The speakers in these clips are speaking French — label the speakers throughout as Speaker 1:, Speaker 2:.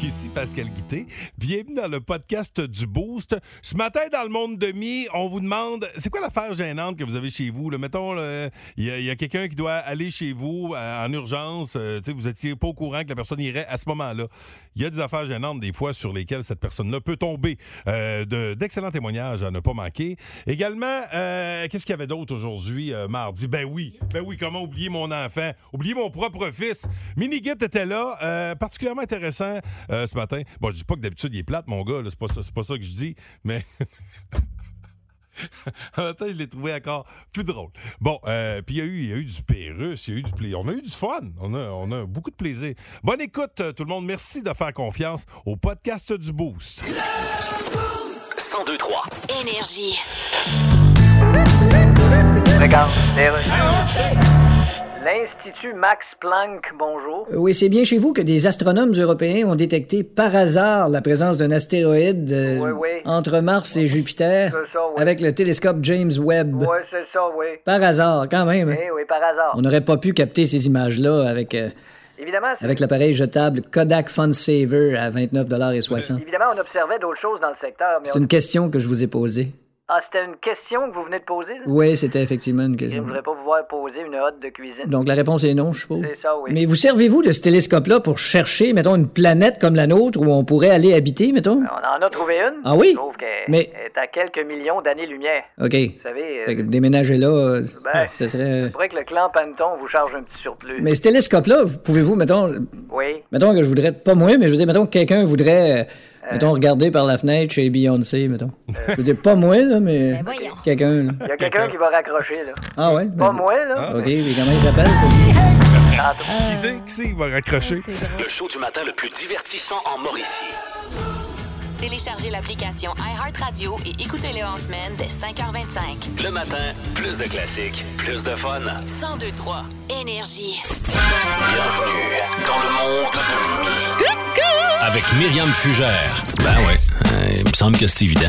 Speaker 1: Ici Pascal Guité. Bienvenue dans le podcast du Boost. Ce matin, dans le monde de mi, on vous demande c'est quoi l'affaire gênante que vous avez chez vous? Là, mettons, là, il y a, il y a quelqu'un qui doit aller chez vous euh, en urgence. euh, tu sais, vous étiez pas au courant que la personne irait à ce moment-là. Il y a des affaires gênantes, des fois, sur lesquelles cette personne-là peut tomber. Euh, de- D'excellents témoignages à ne pas manquer. Également, euh, qu'est-ce qu'il y avait d'autre aujourd'hui, euh, mardi? Ben oui, ben oui, comment oublier mon enfant? Oublier mon propre fils. Minigit était là, euh, particulièrement intéressant euh, ce matin. Bon, je dis pas que d'habitude, il est plate, mon gars, là, c'est pas, ça- c'est pas ça que je dis, mais... En même temps, je l'ai trouvé encore plus drôle. Bon, euh, puis il y, a eu- il y a eu du Pérus, il y a eu du pla- On a eu du fun. On a, on a beaucoup de plaisir. Bonne écoute, euh, tout le monde. Merci de faire confiance au podcast du Boost.
Speaker 2: 1023.
Speaker 3: Énergie.
Speaker 4: L'Institut Max Planck, bonjour.
Speaker 5: Euh, Oui, c'est bien chez vous que des astronomes européens ont détecté par hasard la présence d'un astéroïde euh,
Speaker 4: Oui, oui.
Speaker 5: entre Mars et Jupiter
Speaker 4: C'est ça, oui.
Speaker 5: avec le télescope James Webb.
Speaker 4: Oui, c'est ça, oui.
Speaker 5: Par hasard, quand même. hein.
Speaker 4: Eh oui, par hasard.
Speaker 5: On n'aurait pas pu capter ces images-là avec, euh,
Speaker 4: Évidemment, c'est-
Speaker 5: avec l'appareil jetable Kodak FunSaver à 29,60
Speaker 4: évidemment, on observait d'autres choses dans le secteur, mais
Speaker 5: C'est
Speaker 4: on-
Speaker 5: une question que je vous ai posée.
Speaker 4: Ah, c'était une question que vous venez de poser, là?
Speaker 5: Oui, c'était effectivement une
Speaker 4: Je
Speaker 5: question.
Speaker 4: voudrais pas vous voir poser une hotte de cuisine.
Speaker 5: Donc la réponse est non, je suppose.
Speaker 4: C'est ça, oui.
Speaker 5: Mais vous servez-vous de ce télescope-là pour chercher, mettons, une planète comme la nôtre où on pourrait aller habiter, mettons?
Speaker 4: Ben, On en a trouvé une.
Speaker 5: Ah oui?
Speaker 4: Je trouve qu'elle
Speaker 5: Mais-
Speaker 4: elle est à quelques millions d'années-lumière.
Speaker 5: OK.
Speaker 4: Vous savez, euh,
Speaker 5: Fait que déménager là, euh,
Speaker 4: Ben,
Speaker 5: ce serait.
Speaker 4: c'est vrai que le clan Panton vous charge un petit surplus.
Speaker 5: Mais ce télescope-là, vous- pouvez-vous, mettons,
Speaker 4: Oui.
Speaker 5: mettons que je voudrais, pas moi, mais je veux dire, mettons que quelqu'un voudrait, euh, mettons, regarder par la fenêtre chez Beyoncé, mettons. Je veux dire, pas moi, là, mais
Speaker 3: voyons.
Speaker 5: quelqu'un, là.
Speaker 4: Il y a quelqu'un qui va raccrocher, là.
Speaker 5: Ah ouais? ben-
Speaker 4: Pas moi, là.
Speaker 5: OK, mais comment il s'appelle? ça?
Speaker 1: Qui c'est? Qui c'est qui va raccrocher?
Speaker 2: Le show du matin le plus divertissant en Mauricie.
Speaker 3: Téléchargez l'application iHeartRadio et écoutez-le en semaine dès 5h25.
Speaker 2: Le matin, plus de classiques, plus de fun.
Speaker 3: 1023 Énergie.
Speaker 2: Bienvenue dans le monde de Avec Myriam Fugère. Ben ouais, il me semble que c'est évident.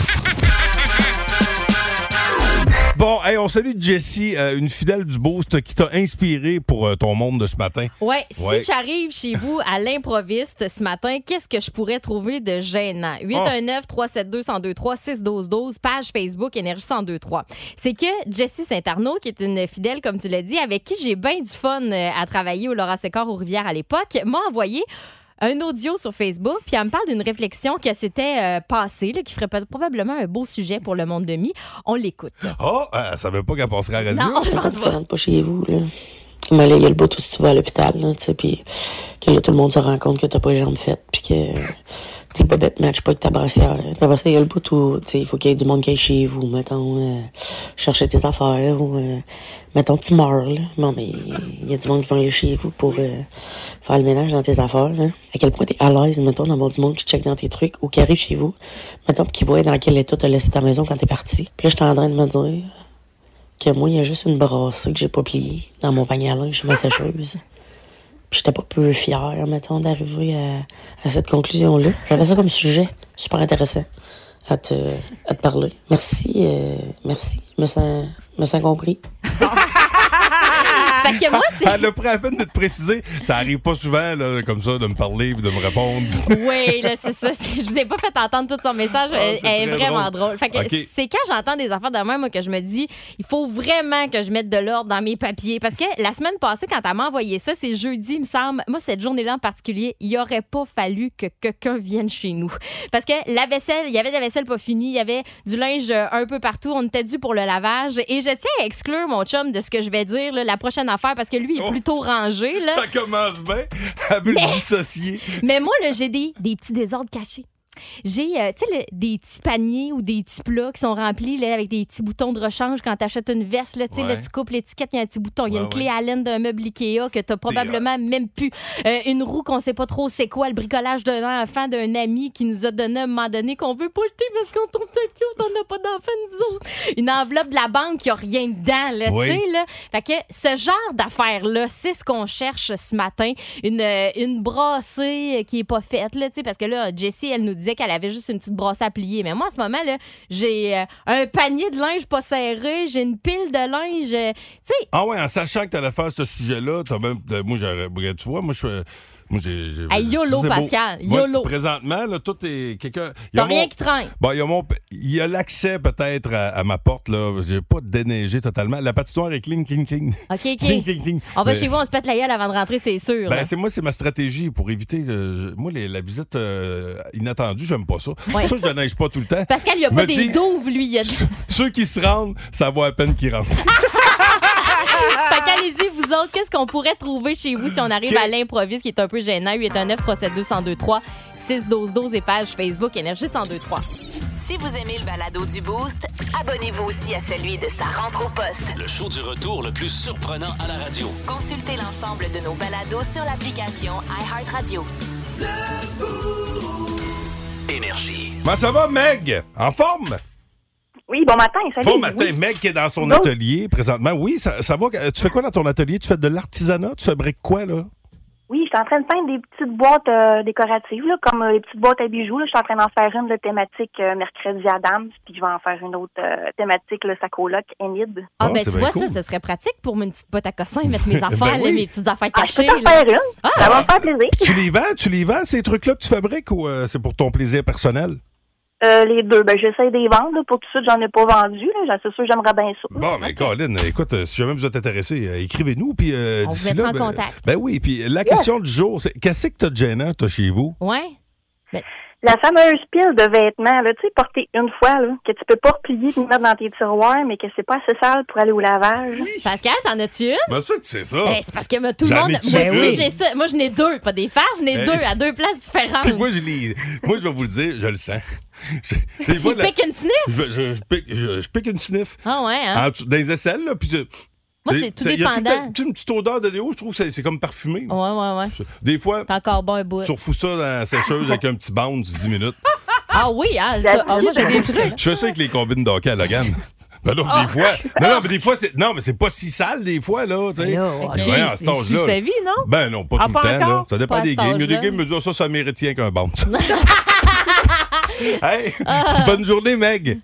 Speaker 1: Bon, hey, on salue Jessie, euh, une fidèle du Boost qui t'a inspiré pour euh, ton monde de ce matin.
Speaker 6: Ouais,
Speaker 1: Ouais.
Speaker 6: si j'arrive chez vous à l'improviste ce matin, qu'est-ce que je pourrais trouver de gênant?
Speaker 1: Ah.
Speaker 6: 819 372 1023 612 12 page Facebook Énergie 1023. C'est que Jessie Saint-Arnaud, qui est une fidèle, comme tu l'as dit, avec qui j'ai bien du fun euh, à travailler au Laura Secor aux Rivières à l'époque, m'a envoyé un audio sur Facebook, puis elle me parle d'une réflexion que s'était euh, passée, là, qui ferait peut- probablement un beau sujet pour le monde de mi. On l'écoute.
Speaker 1: Oh, ça savait pas qu'elle passerait à la radio.
Speaker 6: Non, je pense
Speaker 7: Pourquoi tu
Speaker 6: pas.
Speaker 7: rentres pas chez vous, là? Mais là, il y a le bout où si tu vas à l'hôpital, là, tu sais, puis que là, tout le monde se rend compte que t'as pas les jambes faites, puis que tes bobettes matchent pas avec ta brassière. Puis Après ça, il y a le bout où, tu sais, il faut qu'il y ait du monde qui aille chez vous, mettons, euh, chercher tes affaires, ou, euh, mettons, tu meurs, là. Bon, mais il y a du monde qui va aller chez vous pour euh, faire le ménage dans tes affaires, là. À quel point t'es à l'aise, mettons, d'avoir du monde qui check dans tes trucs, ou qui arrive chez vous, mettons, puis qui voit dans quel état t'as laissé ta maison quand t'es parti. Puis là, j'étais en train de me dire que moi, il y a juste une brassée que j'ai pas pliée dans mon panier à linge, ma sécheuse. Puis j'étais pas peu fière, mettons, d'arriver à, à cette conclusion-là. J'avais ça comme sujet super intéressant à te, à te parler. Merci, euh, merci. Je me sens, je me sens compris.
Speaker 6: Fait que moi, c'est...
Speaker 1: Elle a pris la peine de te préciser. Ça arrive pas souvent, là, comme ça, de me parler puis de me répondre.
Speaker 6: Oui, là, c'est ça. Je vous ai pas fait entendre tout son message.
Speaker 1: Ah,
Speaker 6: Elle
Speaker 1: c'est
Speaker 6: elle est
Speaker 1: très
Speaker 6: vraiment drôle.
Speaker 1: drôle.
Speaker 6: Fait que
Speaker 1: Ok.
Speaker 6: c'est quand j'entends des affaires de même, moi, que je me dis, il faut vraiment que je mette de l'ordre dans mes papiers. Parce que la semaine passée, quand elle m'a envoyé ça, c'est jeudi, il me semble. Moi, cette journée-là en particulier, il aurait pas fallu que quelqu'un vienne chez nous. Parce que la vaisselle, il y avait de la vaisselle pas finie, il y avait du linge euh, un peu partout. On était dû pour le lavage. Et je tiens à exclure mon chum de ce que je vais dire, là, la prochaine affaire, parce que lui, il est
Speaker 1: Oh.
Speaker 6: plutôt rangé, là.
Speaker 1: Ça commence bien. Elle veut le dissocier.
Speaker 6: Mais moi, là, j'ai des, des petits désordres cachés. J'ai, euh, tu sais, le- des petits paniers ou des petits plats qui sont remplis là, avec des petits boutons de rechange quand t'achètes une veste. Là, tu sais, là,
Speaker 1: Ouais.
Speaker 6: tu coupes l'étiquette, il y a un petit bouton. Il y a
Speaker 1: Ouais,
Speaker 6: une clé Allen d'un meuble Ikea que t'as probablement même pu. Euh, une roue qu'on sait pas trop c'est quoi, le bricolage d'un enfant d'un ami qui nous a donné à un moment donné qu'on veut pas jeter parce qu'on trouve ça cute, on n'a pas d'enfant, nous autres. Une enveloppe de la banque qui a rien dedans, là,
Speaker 1: Oui.
Speaker 6: tu sais, là. Fait que ce genre d'affaires-là, c'est ce qu'on euh, cherche ce matin. Une, euh, une brassée qui est pas faite, là, tu sais, parce que là, Jessie, elle nous disait disait qu'elle avait juste une petite brosse à plier. Mais moi, en ce moment, là, j'ai euh, un panier de linge pas serré, j'ai une pile de linge. euh, Tu sais,
Speaker 1: Ah ouais, en sachant que t'allais faire ce sujet-là, t'as même. euh, Moi, j'aurais- regarde, tu vois, moi, je suis. euh, Moi, j'ai. j'ai-
Speaker 6: Hey, YOLO,
Speaker 1: c'est beau.
Speaker 6: Pascal,
Speaker 1: Moi,
Speaker 6: YOLO.
Speaker 1: présentement, là, tout est. Quelqu'un. il y
Speaker 6: t'as
Speaker 1: a
Speaker 6: rien
Speaker 1: mon-
Speaker 6: qui traîne.
Speaker 1: Bon, il y a mon- il y a l'accès peut-être à, à ma porte, là. J'ai pas déneigé totalement. La patinoire est clean, clean, clean.
Speaker 6: OK,
Speaker 1: Clean,
Speaker 6: OK.
Speaker 1: clean, clean.
Speaker 6: On va
Speaker 1: Mais-
Speaker 6: chez vous, on se pète la gueule avant de rentrer, c'est sûr. là.
Speaker 1: Ben, c'est moi, c'est ma stratégie pour éviter. euh, je- moi, les- la visite euh, inattendue, j'aime pas ça. C'est pour
Speaker 6: Ouais.
Speaker 1: ça que je déneige pas tout le temps.
Speaker 6: Pascal, il n'y a
Speaker 1: me
Speaker 6: pas des
Speaker 1: dis-
Speaker 6: douves, lui. Il y a
Speaker 1: Ceux qui se rendent, ça vaut à peine qu'ils rentrent.
Speaker 6: Fait qu'allez-y, vous autres, qu'est-ce qu'on pourrait trouver chez vous si on arrive
Speaker 1: Ah. Ok.
Speaker 6: à l'improviste qui est un peu gênant? 819 372 1023 6 12 12 et page Facebook Énergie 1023.
Speaker 3: Si vous aimez le balado du Boost, abonnez-vous aussi à celui de sa rentre au poste.
Speaker 2: Le show du retour le plus surprenant à la radio.
Speaker 3: Consultez l'ensemble de nos balados sur l'application iHeartRadio.
Speaker 2: Énergie.
Speaker 1: Comment Ben, ça va, Meg? En forme?
Speaker 8: Oui, bon matin, salut.
Speaker 1: Bon matin, Meg qui est dans son
Speaker 8: Bon.
Speaker 1: atelier présentement. Oui, ça, ça va. Euh, Tu fais quoi dans ton atelier? Tu fais de l'artisanat? Tu fabriques quoi, là?
Speaker 8: Oui, je suis en train de peindre des petites boîtes euh, décoratives, là, comme euh, les petites boîtes à bijoux. Là. Je suis en train d'en faire une de thématique euh, mercredi à Dames, puis je vais en faire une autre euh, thématique, le sac au loc, Enid.
Speaker 6: Ah,
Speaker 1: Ah,
Speaker 6: ben
Speaker 1: c'est
Speaker 6: tu
Speaker 1: bien
Speaker 6: vois,
Speaker 1: cool.
Speaker 6: ça, ce serait pratique pour une petite boîte à cossin, mettre mes affaires,
Speaker 1: Ben
Speaker 6: là,
Speaker 1: oui.
Speaker 6: mes petites affaires
Speaker 8: Ah, je peux
Speaker 6: cachées.
Speaker 8: t'en
Speaker 6: là.
Speaker 8: faire une. Ça va me faire plaisir.
Speaker 1: Puis tu les vends? Tu les vends, ces trucs-là que tu fabriques ou euh, c'est pour ton plaisir personnel?
Speaker 8: Euh, les deux, ben, j'essaie de les vendre. là. Pour tout de suite, j'en ai pas vendu. Là. C'est sûr, j'aimerais bien ça.
Speaker 1: Bon, mais Colin, écoute, euh, si jamais vous êtes intéressé, euh, écrivez-nous. Puis, euh,
Speaker 6: On vous
Speaker 1: d'ici
Speaker 6: mettra
Speaker 1: là,
Speaker 6: en
Speaker 1: ben-
Speaker 6: contact.
Speaker 1: Ben oui, puis la question du jour, c'est qu'est-ce que t'as de gênant, toi, chez vous?
Speaker 6: Ouais.
Speaker 8: La fameuse pile de vêtements, là, tu sais, portée une fois, là, que tu peux pas replier et mettre dans tes tiroirs, mais que c'est pas assez sale pour aller au lavage.
Speaker 6: Pascal, t'en as-tu une?
Speaker 1: Ben, ça, tu sais ça.
Speaker 6: Ben, c'est parce que moi, tout le
Speaker 1: J'en
Speaker 6: monde. Moi
Speaker 1: ai-tu
Speaker 6: aussi,
Speaker 1: une?
Speaker 6: j'ai ça. Moi, je n'ai deux, pas des fards, je n'ai
Speaker 1: Ben,
Speaker 6: deux à deux places différentes.
Speaker 1: Puis moi, je les- moi, je vais vous le dire, je le sens. Je, des
Speaker 6: Tu
Speaker 1: fois, la-
Speaker 6: fais qu'une sniff?
Speaker 1: je- je- je pique, je- je pique une sniff
Speaker 6: Ah, ouais, hein?
Speaker 1: en dessous- dans les aisselles, là, puis je-
Speaker 6: Moi,
Speaker 1: Et-
Speaker 6: c'est tout
Speaker 1: ça- y a le temps
Speaker 6: dépendant.
Speaker 1: une, petite odeur de déo, je trouve que c'est- c'est comme parfumé.
Speaker 6: Ouais, ouais, ouais.
Speaker 1: Des fois,
Speaker 6: T'as encore bon un bout.
Speaker 1: tu refous ça dans la sécheuse avec un petit bounce de 10 minutes.
Speaker 6: Ah, oui, hein? ça- ah, moi, je me bougerais, là.
Speaker 1: Je fais ça avec les combines d'hockey à Ah! Logan. Non, non, des fois. Non, non, mais des fois, c'est. Non, mais c'est pas si sale, des fois, là. tu sais.
Speaker 6: oh,
Speaker 9: Là, ok,
Speaker 1: Ouais, à
Speaker 9: c'est-
Speaker 1: cet âge-là,
Speaker 9: c'est sa vie, non?
Speaker 1: Ben non, pas
Speaker 9: Ah,
Speaker 1: tout
Speaker 9: pas
Speaker 1: le temps,
Speaker 9: encore?
Speaker 1: là. Ça dépend
Speaker 6: Pas à
Speaker 1: des
Speaker 6: cet
Speaker 1: games. Il y a des
Speaker 6: âge-là.
Speaker 1: games, me disent, Ah, ça, ça mérite rien qu'un bounce. hey,
Speaker 6: Ah!
Speaker 1: bonne journée, Meg.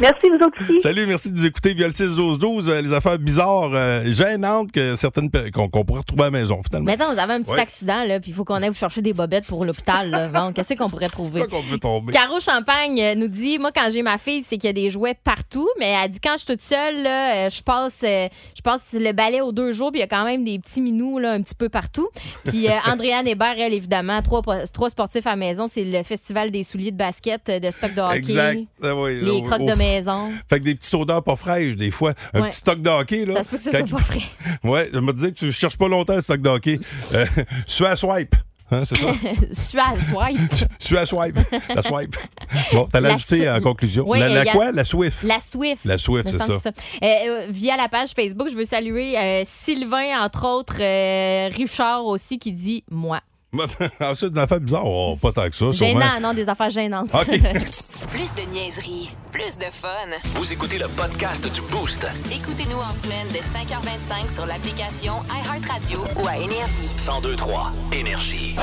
Speaker 8: Merci, vous autres aussi.
Speaker 1: Salut, merci de nous écouter via le 6-12-12. euh, les affaires bizarres, euh, gênantes que certaines pe- qu'on qu'on pourrait retrouver à la maison, finalement.
Speaker 6: Mettons, vous avez un petit
Speaker 1: Ouais.
Speaker 6: accident, là, puis il faut qu'on aille vous chercher des bobettes pour l'hôpital. là. Bon, qu'est-ce qu'on pourrait trouver?
Speaker 1: Pourquoi qu'on peut tomber?
Speaker 6: Caro Champagne euh, nous dit Moi, quand j'ai ma fille, c'est qu'il y a des jouets partout, mais elle dit Quand je suis toute seule, là, euh, je, passe, euh, je passe le balai aux deux jours, puis il y a quand même des petits minous là, un petit peu partout. Puis euh, Andréane Hébert, elle, évidemment, trois, po- trois sportifs à la maison c'est le festival des souliers de basket, euh, de stock de hockey,
Speaker 1: Exact. Ah oui,
Speaker 6: les
Speaker 1: oh,
Speaker 6: crocs
Speaker 1: oh.
Speaker 6: de maison.
Speaker 1: Fait que des petites odeurs pas fraîches, des fois. Un
Speaker 6: Ouais.
Speaker 1: petit stock de hockey, là.
Speaker 6: Ça se peut que ce soit
Speaker 1: Quand il-
Speaker 6: pas vrai.
Speaker 1: Ouais, je me disais que tu cherches pas longtemps le stock de hockey. Euh, je suis à swipe. Hein, c'est ça?
Speaker 6: Suave, swipe.
Speaker 1: Je suis à swipe. La swipe. Bon, t'allais
Speaker 6: La
Speaker 1: ajouter
Speaker 6: swi-
Speaker 1: en conclusion.
Speaker 6: Oui,
Speaker 1: la la
Speaker 6: il y a-
Speaker 1: quoi? La Swift.
Speaker 6: La Swift.
Speaker 1: La Swift,
Speaker 6: Me
Speaker 1: c'est ça.
Speaker 6: semble que c'est ça. Euh, euh, via la page Facebook, je veux saluer euh, Sylvain, entre autres, euh, Richard aussi, qui dit Moi.
Speaker 1: Ensuite, une affaire bizarre. Oh, pas tant que ça, sûrement.
Speaker 6: Gênant, non, des affaires gênantes.
Speaker 1: OK.
Speaker 3: Plus de niaiserie, plus de fun.
Speaker 2: Vous écoutez le podcast du Boost.
Speaker 3: Écoutez-nous en semaine de 5h25 sur l'application iHeartRadio ou à Énergie.
Speaker 2: 1023 Énergie.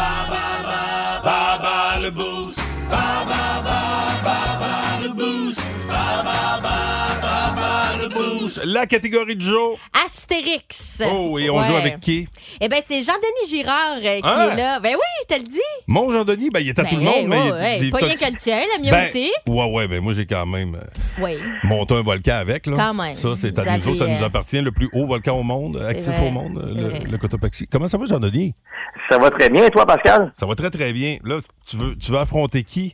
Speaker 1: La catégorie de jour.
Speaker 6: Astérix.
Speaker 1: Oh, et on
Speaker 6: Ouais.
Speaker 1: joue avec qui?
Speaker 6: Eh bien, c'est Jean-Denis Girard euh, qui
Speaker 1: Hein?
Speaker 6: est là. Ben oui, je te le dis.
Speaker 1: Mon Jean-Denis, ben, il est à tout le
Speaker 6: Ben,
Speaker 1: monde, mais. il
Speaker 6: ouais,
Speaker 1: y a
Speaker 6: ouais,
Speaker 1: des
Speaker 6: Pas rien
Speaker 1: toxiques.
Speaker 6: que le tien, le mien
Speaker 1: Ben,
Speaker 6: aussi.
Speaker 1: Ouais, ouais, mais moi, j'ai quand même euh,
Speaker 6: Oui.
Speaker 1: monté un volcan avec. Là.
Speaker 6: Quand même.
Speaker 1: Ça, c'est
Speaker 6: Vous
Speaker 1: à nous autres, ça
Speaker 6: avez,
Speaker 1: nous
Speaker 6: euh,
Speaker 1: appartient, le plus haut volcan au monde, actif
Speaker 6: vrai.
Speaker 1: au monde, euh,
Speaker 6: C'est
Speaker 1: le,
Speaker 6: vrai.
Speaker 1: le Cotopaxi. Comment ça va, Jean-Denis?
Speaker 4: Ça va très bien, et toi, Pascal?
Speaker 1: Ça va très, très bien. Là, tu veux, tu veux affronter qui?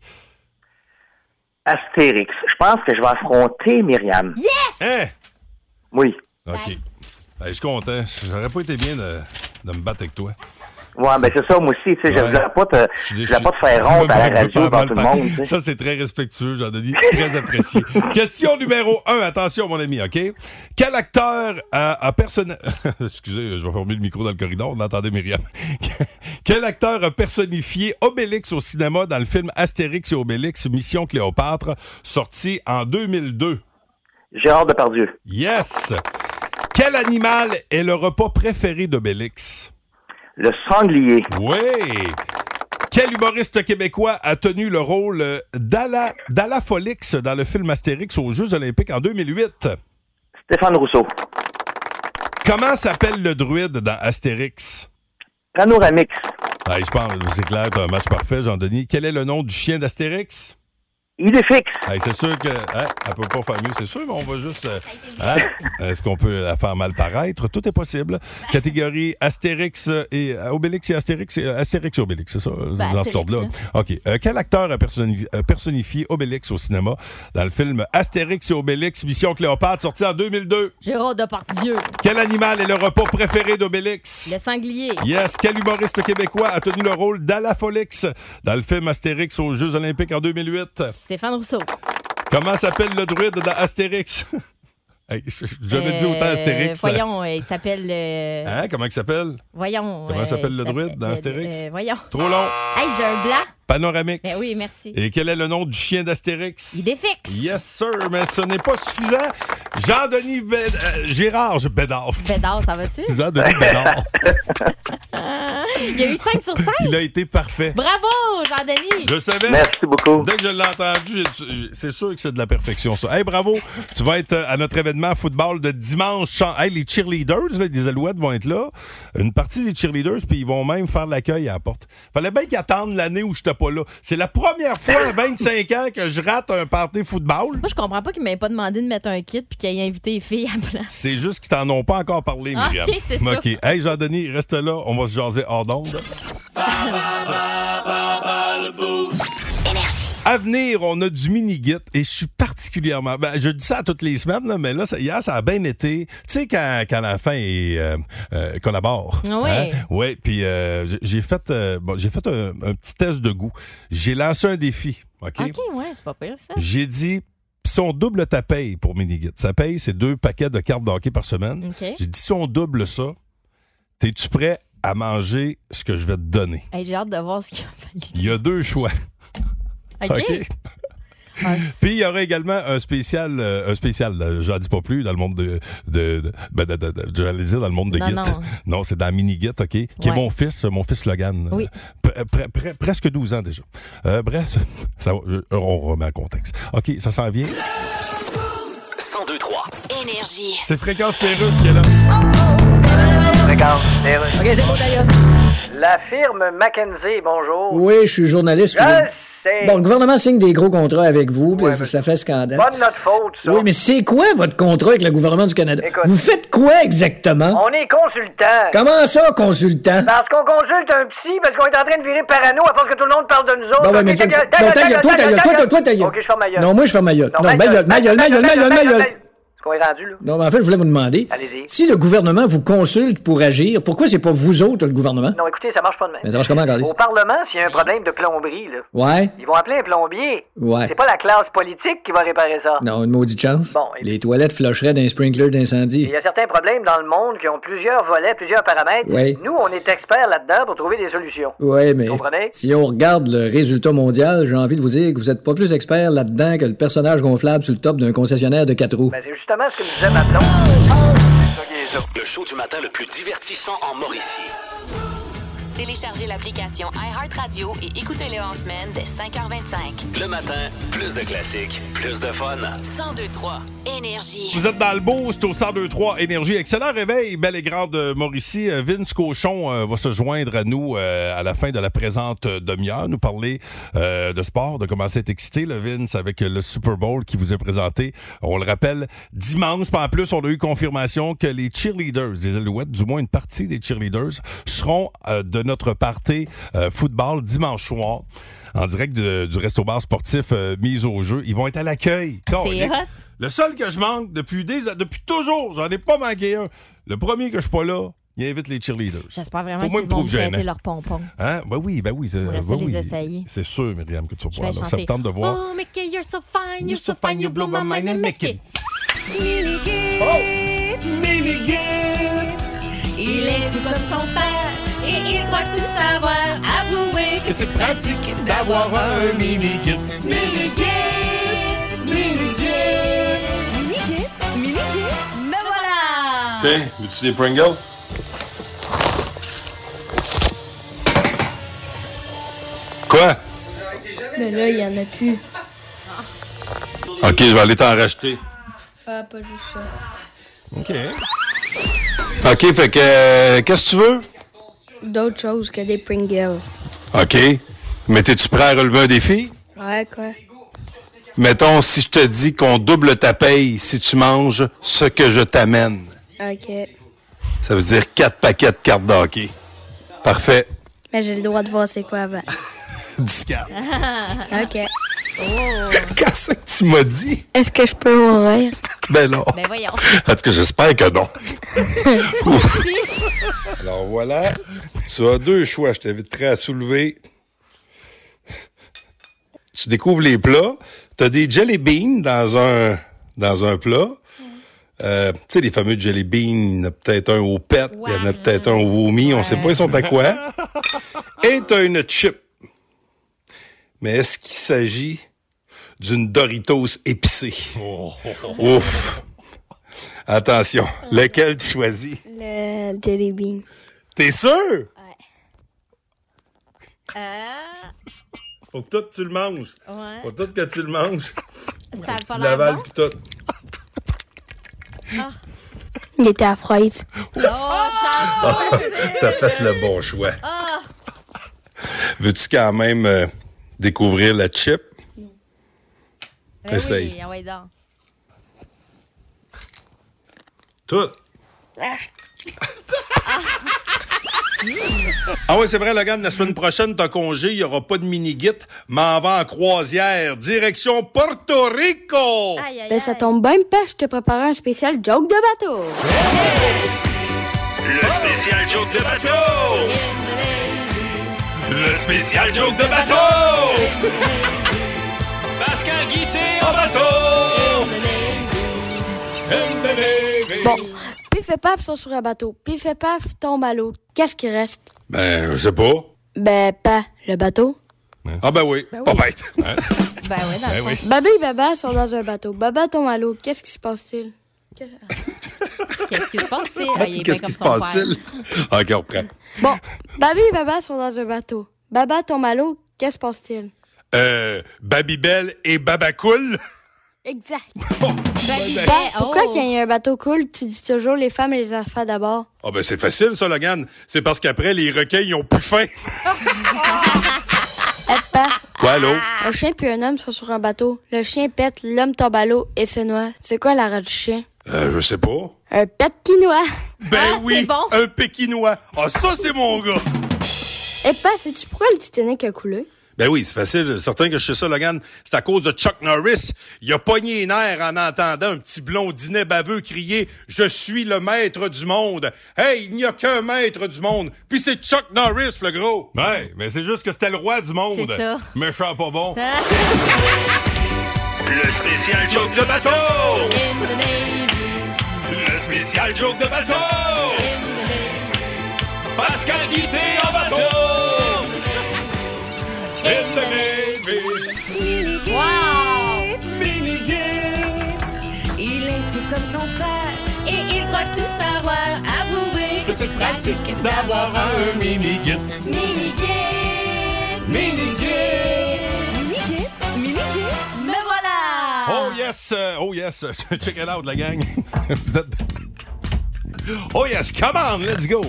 Speaker 4: Astérix. Je pense que je vais affronter Myriam.
Speaker 1: Hein?
Speaker 4: Oui.
Speaker 1: OK. Ben, je suis content. J'aurais pas été bien de, de me battre avec toi.
Speaker 4: Ouais, ben c'est ça, moi aussi, tu sais, je
Speaker 1: Ouais.
Speaker 4: voulais pas te,
Speaker 1: Je suis
Speaker 4: je
Speaker 1: déçu.
Speaker 4: voulais pas te faire honte à
Speaker 1: Je
Speaker 4: la
Speaker 1: me
Speaker 4: radio
Speaker 1: fais
Speaker 4: devant
Speaker 1: mal
Speaker 4: tout le
Speaker 1: parler.
Speaker 4: monde, tu sais.
Speaker 1: Ça, c'est très respectueux, Jean-Denis. Très apprécié. Question numéro 1. Attention, mon ami, OK? Quel acteur a, a personne... Excusez, je vais fermer le micro dans le corridor. On entendait Myriam. Quel acteur a personnifié Obélix au cinéma dans le film Astérix et Obélix, Mission Cléopâtre, sorti en 2002?
Speaker 4: Gérard Depardieu.
Speaker 1: Yes! Quel animal est le repas préféré d'Obélix?
Speaker 4: Le sanglier.
Speaker 1: Oui! Quel humoriste québécois a tenu le rôle euh, d'Ala d'Ala Folix dans le film Astérix aux Jeux olympiques en 2008?
Speaker 4: Stéphane Rousseau.
Speaker 1: Comment s'appelle le druide dans Astérix?
Speaker 4: Panoramix.
Speaker 1: Ah, je pense, c'est clair, t'as un match parfait, Jean-Denis. Quel est le nom du chien d'Astérix?
Speaker 4: Il est fixe.
Speaker 1: Hey, c'est sûr que hein, elle peut pas faire mieux, c'est sûr, mais on va juste. euh, hein, Est-ce qu'on peut la faire mal paraître? Tout est possible. Catégorie Astérix et euh, Obélix et Astérix et euh, Astérix et Obélix, c'est ça? euh,
Speaker 6: Ben,
Speaker 1: dans ce
Speaker 6: Astérix,
Speaker 1: ordre-là. OK. Euh, quel acteur a personnifi- a personnifié Obélix au cinéma dans le film Astérix et Obélix, Mission Cléopâtre, sorti en 2002?
Speaker 6: Gérard Depardieu,
Speaker 1: Quel animal est le repas préféré d'Obélix?
Speaker 6: le sanglier,
Speaker 1: Yes, quel humoriste québécois a tenu le rôle d'Alafolix dans le film Astérix aux Jeux Olympiques en 2008?
Speaker 6: Stéphane Rousseau.
Speaker 1: Comment s'appelle le druide dans Astérix? Hey, je- je- J'avais dit autant
Speaker 6: Euh,
Speaker 1: Astérix.
Speaker 6: Voyons, euh, il s'appelle. euh,
Speaker 1: Hein, comment il s'appelle?
Speaker 6: Voyons. euh,
Speaker 1: Comment s'appelle
Speaker 6: il
Speaker 1: le druide dans
Speaker 6: s'appelle,
Speaker 1: Astérix?
Speaker 6: euh, voyons.
Speaker 1: Trop long.
Speaker 6: Hey, j'ai un blanc.
Speaker 1: Panoramix.
Speaker 6: Ben oui, merci.
Speaker 1: Et quel est le nom du chien d'Astérix?
Speaker 6: Il défixe.
Speaker 1: Yes, sir, mais ce n'est pas suffisant. Jean-Denis Béd- euh, Gérard Bédard.
Speaker 6: Bédard, ça va-tu?
Speaker 1: Jean-Denis Bédard.
Speaker 6: Il y a eu 5 sur 5.
Speaker 1: Il a été parfait.
Speaker 6: Bravo, Jean-Denis.
Speaker 1: Je le savais.
Speaker 4: Merci beaucoup.
Speaker 1: Dès que je l'ai entendu, j'ai- c'est sûr que c'est de la perfection, ça. Hey, bravo! Tu vas être euh, à notre événement football de dimanche. Chan- Hey, les cheerleaders, là, des Alouettes vont être là. Une partie des cheerleaders, puis ils vont même faire l'accueil à la porte. Fallait bien qu'ils attendent l'année où j'étais pas là. C'est la première fois à 25 ans que je rate un party football.
Speaker 6: Moi, je comprends pas qu'il m'ait pas demandé de mettre un kit puis qu'il ait invité les filles à la place.
Speaker 1: C'est juste qu'ils t'en ont pas encore parlé,
Speaker 6: Ah,
Speaker 1: Myriam.
Speaker 6: ok, c'est ça.
Speaker 1: OK. Hey, Jean-Denis, reste là. On va se jaser hors d'onde.
Speaker 3: Énergie.
Speaker 1: À venir, on a du mini-git et je suis particulièrement. Ben, je dis ça à toutes les semaines, là, mais là, ça- hier, ça a bien été. Tu sais, quand, quand la fin est, euh, euh, collabore.
Speaker 6: Oui.
Speaker 1: Oui, puis euh, j'ai- j'ai fait, euh, bon, j'ai fait un, un petit test de goût. J'ai lancé un défi. OK?
Speaker 6: OK, hein? ouais, c'est pas pire, ça.
Speaker 1: J'ai dit, si on double ta paye pour mini-git, sa paye, c'est deux paquets de cartes de hockey par semaine.
Speaker 6: OK.
Speaker 1: J'ai dit, si on double ça, es-tu prêt à manger ce que je vais te donner?
Speaker 6: Hey, j'ai hâte de voir ce qu'il a fallu.
Speaker 1: Il y a deux choix.
Speaker 6: OK?
Speaker 1: OK?
Speaker 6: Ah, c'est-
Speaker 1: Puis il y aura également un spécial, euh, un spécial, euh, j'en dis pas plus, dans le monde de, de, de- ben, de- de- de- j'allais dire dans le monde de
Speaker 6: Non,
Speaker 1: Git.
Speaker 6: non.
Speaker 1: Non, c'est dans Mini Git, OK? Qui est
Speaker 6: Ouais.
Speaker 1: mon fils, euh, mon fils Logan.
Speaker 6: Oui.
Speaker 1: Euh, pre- pre- pre- presque 12 ans déjà. Euh, bref, ça va- euh, on remet en contexte. OK, ça s'en vient.
Speaker 2: 1023.
Speaker 3: Énergie.
Speaker 1: C'est Fréquence Pérusse qui est là.
Speaker 4: Regarde. Et oui.
Speaker 5: OK, c'est bon, ta gueule.
Speaker 9: La firme Mackenzie, bonjour.
Speaker 5: Oui, je suis journaliste.
Speaker 9: Je
Speaker 5: puis-
Speaker 9: le sais.
Speaker 5: Bon, le gouvernement signe des gros contrats avec vous, puis
Speaker 9: Ouais, mais-
Speaker 5: ça fait scandale.
Speaker 9: Pas de notre faute, ça.
Speaker 5: Oui, mais c'est quoi votre contrat avec le gouvernement du Canada?
Speaker 9: Écoute.
Speaker 5: Vous faites quoi exactement?
Speaker 9: On est consultant.
Speaker 5: Comment ça, consultant?
Speaker 9: Parce qu'on consulte un psy, parce qu'on est en train de virer parano à force que tout le monde parle de nous autres.
Speaker 5: Bon, ben,
Speaker 9: Ok,
Speaker 5: mais
Speaker 9: ta
Speaker 5: tiens,
Speaker 9: gueule,
Speaker 5: non,
Speaker 9: ta gueule,
Speaker 5: ta gueule, toi,
Speaker 9: ta
Speaker 5: ta
Speaker 9: gueule, ta
Speaker 5: toi, toi,
Speaker 9: gueule.
Speaker 5: toi, ta gueule.
Speaker 9: Ok, je ferme ma gueule.
Speaker 5: Non, moi, je ferme ma gueule. Non, ma gueule, ma gueule, ma gueule, ma gueule, ma gueule.
Speaker 9: Ce qu'on est rendu, là.
Speaker 5: Non, mais en fait, je voulais vous demander,
Speaker 9: Allez-y.
Speaker 5: si le gouvernement vous consulte pour agir, pourquoi c'est pas vous autres, le gouvernement?
Speaker 9: Non, écoutez, ça marche pas de même.
Speaker 5: Mais ça marche comment, Carlis?
Speaker 9: Au Parlement, s'il y a un problème de plomberie, là,
Speaker 5: Ouais?
Speaker 9: ils vont appeler un plombier.
Speaker 5: Ouais.
Speaker 9: C'est pas la classe politique qui va réparer ça.
Speaker 5: Non, une maudite chance.
Speaker 9: Bon, et-
Speaker 5: Les toilettes flocheraient d'un sprinkler d'incendie.
Speaker 9: Il y a certains problèmes dans le monde qui ont plusieurs volets, plusieurs paramètres.
Speaker 5: Oui.
Speaker 9: Nous, on est experts là-dedans pour trouver des solutions.
Speaker 5: Ouais, mais
Speaker 9: Comprenez?
Speaker 5: si on regarde le résultat mondial, j'ai envie de vous dire que vous êtes pas plus expert là-dedans que le personnage gonflable sur le top d'un concessionnaire de quatre roues.
Speaker 9: Ben, c'est justement ce que me disait ma blonde. C'est ça qui est ça.
Speaker 2: Le show du matin le plus divertissant en Mauricie.
Speaker 3: Téléchargez l'application iHeartRadio et écoutez-le en semaine dès 5h25.
Speaker 2: Le matin, plus de classiques, plus de fun.
Speaker 3: 1023 Énergie.
Speaker 1: Vous êtes dans le boost au 1023 Énergie. Excellent réveil, belle et grande euh, Mauricie. Euh, Vince Cochon euh, va se joindre à nous euh, à la fin de la présente euh, demi-heure, nous parler euh, de sport, de comment c'est excité, le Vince, avec euh, le Super Bowl qui vous est présenté, on le rappelle, dimanche. Puis En plus, on a eu confirmation que les cheerleaders des Alouettes, du moins une partie des cheerleaders, seront euh, de notre party euh, football dimanche soir. En direct de- du resto-bar sportif euh, Mise au jeu. Ils vont être à l'accueil.
Speaker 6: C'est
Speaker 1: Calique.
Speaker 6: hot.
Speaker 1: Le seul que je manque depuis des depuis toujours, j'en ai pas manqué un. Le premier que je suis pas là, il invite les cheerleaders.
Speaker 6: J'espère vraiment
Speaker 1: Pour moi,
Speaker 6: qu'ils
Speaker 1: il
Speaker 6: vont
Speaker 1: me trouve
Speaker 6: me prêter
Speaker 1: gênant.
Speaker 6: leurs pompons.
Speaker 1: Hein? Ben oui, ben oui. C'est
Speaker 6: Faudrait
Speaker 1: ben
Speaker 6: ça les
Speaker 1: oui.
Speaker 6: essayer.
Speaker 1: C'est sûr, Myriam, que tu
Speaker 6: Je
Speaker 1: vas
Speaker 6: vais
Speaker 1: pas là. Ça
Speaker 6: chanter.
Speaker 1: me tente de voir.
Speaker 6: Oh, Mickey, you're so fine, you're, so fine, you blow my mind and make it.
Speaker 1: Oh!
Speaker 6: Il est tout comme son père et il croit tout savoir. Avouez que
Speaker 1: c'est pratique d'avoir un mini-kit.
Speaker 6: me voilà!
Speaker 1: Tiens, veux-tu des Pringles? Quoi?
Speaker 10: Mais là, il n'y en a plus.
Speaker 1: Ok, je vais aller t'en racheter.
Speaker 10: Ah, pas juste ça.
Speaker 11: OK.
Speaker 1: Ok, fait que. euh, Qu'est-ce que tu veux?
Speaker 10: D'autres choses que des Pringles.
Speaker 1: Ok. Mais t'es-tu prêt à relever un défi?
Speaker 10: Ouais, quoi.
Speaker 1: Mettons, si je te dis qu'on double ta paye si tu manges ce que je t'amène.
Speaker 10: OK.
Speaker 1: Ça veut dire quatre paquets de cartes d'hockey. Parfait.
Speaker 10: Mais j'ai le droit de voir c'est quoi avant.
Speaker 1: 10 cartes.
Speaker 10: OK.
Speaker 1: Qu'est-ce que tu m'as dit?
Speaker 10: Est-ce que je peux mourir?
Speaker 1: Ben non.
Speaker 10: Ben voyons.
Speaker 1: En tout cas, j'espère que non. Ouf. Alors voilà, tu as deux choix. Je t'inviterai à soulever. Tu découvres les plats. Tu as des jelly beans dans un, dans un plat. Euh, tu sais, les fameux jelly beans, il y en a peut-être un au pet, il y en a peut-être un au vomi, on sait pas ils sont à quoi. Et tu as une chip. Mais est-ce qu'il s'agit d'une Doritos épicée? Oh. Ouf! Attention,
Speaker 6: Ah,
Speaker 1: lequel tu choisis?
Speaker 10: Le jelly bean.
Speaker 1: T'es sûr?
Speaker 11: Faut que tout tu le manges.
Speaker 6: Euh. Ouais.
Speaker 11: Faut tout que tu le manges.
Speaker 6: Ça a
Speaker 11: Tu
Speaker 6: pas l'air
Speaker 11: l'avales
Speaker 6: bon.
Speaker 11: pis tout.
Speaker 10: Il était à fraise.
Speaker 6: Oh, Charles!
Speaker 1: T'as fait le bon choix.
Speaker 6: Ah!
Speaker 1: Veux-tu quand même euh, découvrir la chip?
Speaker 6: Ben
Speaker 1: Essaye.
Speaker 6: Oui, ah ouais, donc.
Speaker 11: Tout.
Speaker 1: Ah oui, c'est vrai, Logan, la semaine prochaine, t'as congé, il n'y aura pas de mini-git, m'en va en croisière, direction Porto Rico!
Speaker 10: Ben, ça tombe bien pas, je te prépare un spécial joke de bateau.
Speaker 2: Le spécial joke de bateau! Le spécial joke de bateau! Pascal Guité en bateau!
Speaker 10: Bon, Pif et Paf sont sur un bateau. Pif et Paf tombent à l'eau. Qu'est-ce qui reste?
Speaker 1: Ben, je sais pas.
Speaker 10: Ben, pas le bateau.
Speaker 6: Hein?
Speaker 1: Ah ben oui, pas bête.
Speaker 10: Ben oui,
Speaker 1: le Ben fond. oui.
Speaker 10: Baba et Baba sont dans un bateau. Baba tombe à l'eau. Qu'est-ce qui se passe-t-il?
Speaker 6: Qu'est-ce qui se passe? c'est- Ah, il est bien
Speaker 1: Qu'est-ce
Speaker 6: comme
Speaker 1: qui se
Speaker 6: son père.
Speaker 1: passe-t-il? Ok, on reprend.
Speaker 10: Bon, Baba et Baba sont dans un bateau. Baba tombe à l'eau. Qu'est-ce qui se passe-t-il?
Speaker 1: Euh, Babybel et Babacool?
Speaker 10: Exact.
Speaker 1: ben,
Speaker 10: Pourquoi
Speaker 6: Oh.
Speaker 10: quand il y a un bateau cool, tu dis toujours les femmes et les enfants d'abord?
Speaker 1: Ah ben c'est facile ça, Logan. C'est parce qu'après, les requins, ils ont plus faim. Quoi, l'eau?
Speaker 10: Un chien puis un homme sont sur un bateau. Le chien pète, l'homme tombe à l'eau et se noie. C'est quoi la rate du chien?
Speaker 1: Euh, je sais pas.
Speaker 10: Un pet qui noie.
Speaker 1: Ben oui, un pékinois. Ah, ça, c'est mon gars!
Speaker 10: Et pas, sais-tu pourquoi le Titanic a coulé?
Speaker 1: Ben oui, c'est facile. Certain que je sais ça, Logan. C'est à cause de Chuck Norris. Il a pogné les nerfs en entendant un petit blondinet baveux crier « Je suis le maître du monde! » Hey, il n'y a qu'un maître du monde! Puis c'est Chuck Norris, le gros!
Speaker 11: Ouais, mais c'est juste que c'était le roi du monde.
Speaker 1: C'est ça. Ah.
Speaker 11: Méchant pas bon.
Speaker 2: Le spécial joke de bateau! Le spécial joke de bateau! Pascal Guité en bateau! In the Navy!
Speaker 12: Wow! Il est tout comme son père et il croit tout savoir. Avouez que c'est pratique d'avoir un
Speaker 2: mini-git.
Speaker 12: mini-git. Mini-git. Mini-git. Me voilà!
Speaker 11: Oh yes, euh, oh yes, check it out la gang. Vous êtes- Oh yes, come on, let's go.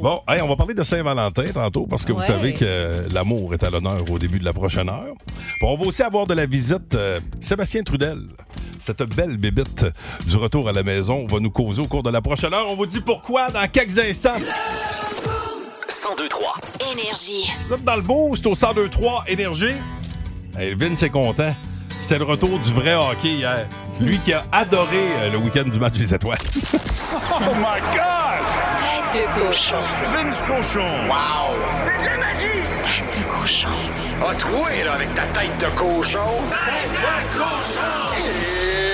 Speaker 11: Bon, hey, on va parler de Saint-Valentin tantôt parce que vous
Speaker 2: Ouais.
Speaker 11: savez que euh, l'amour est à l'honneur au début de la prochaine heure. Puis on va aussi avoir de la visite euh, Sébastien Trudel. Cette belle bébite du retour à la maison va nous causer au cours de la prochaine heure. On vous dit pourquoi dans quelques instants.
Speaker 2: 102-3.
Speaker 3: Énergie.
Speaker 11: Vous êtes dans le boost au 1023 Énergie. Hey, Vince est content. C'était le retour du vrai hockey hier. Lui qui a adoré euh, le week-end du match des étoiles.
Speaker 2: Oh my God! Tête de cochon. Vince cochon. Wow! C'est de la magie! Tête de cochon. A troué, Ah, là, avec ta tête de cochon. Tête de cochon!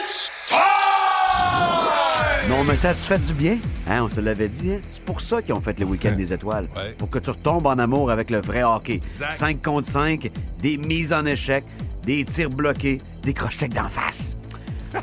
Speaker 2: It's
Speaker 13: Non, mais ça te fait du bien. Hein, on se l'avait dit. hein. C'est pour ça qu'ils ont fait le week-end des étoiles. Pour que tu retombes en amour avec le vrai hockey. 5 contre 5, des mises en échec, des tirs bloqués, des crochets d'en face.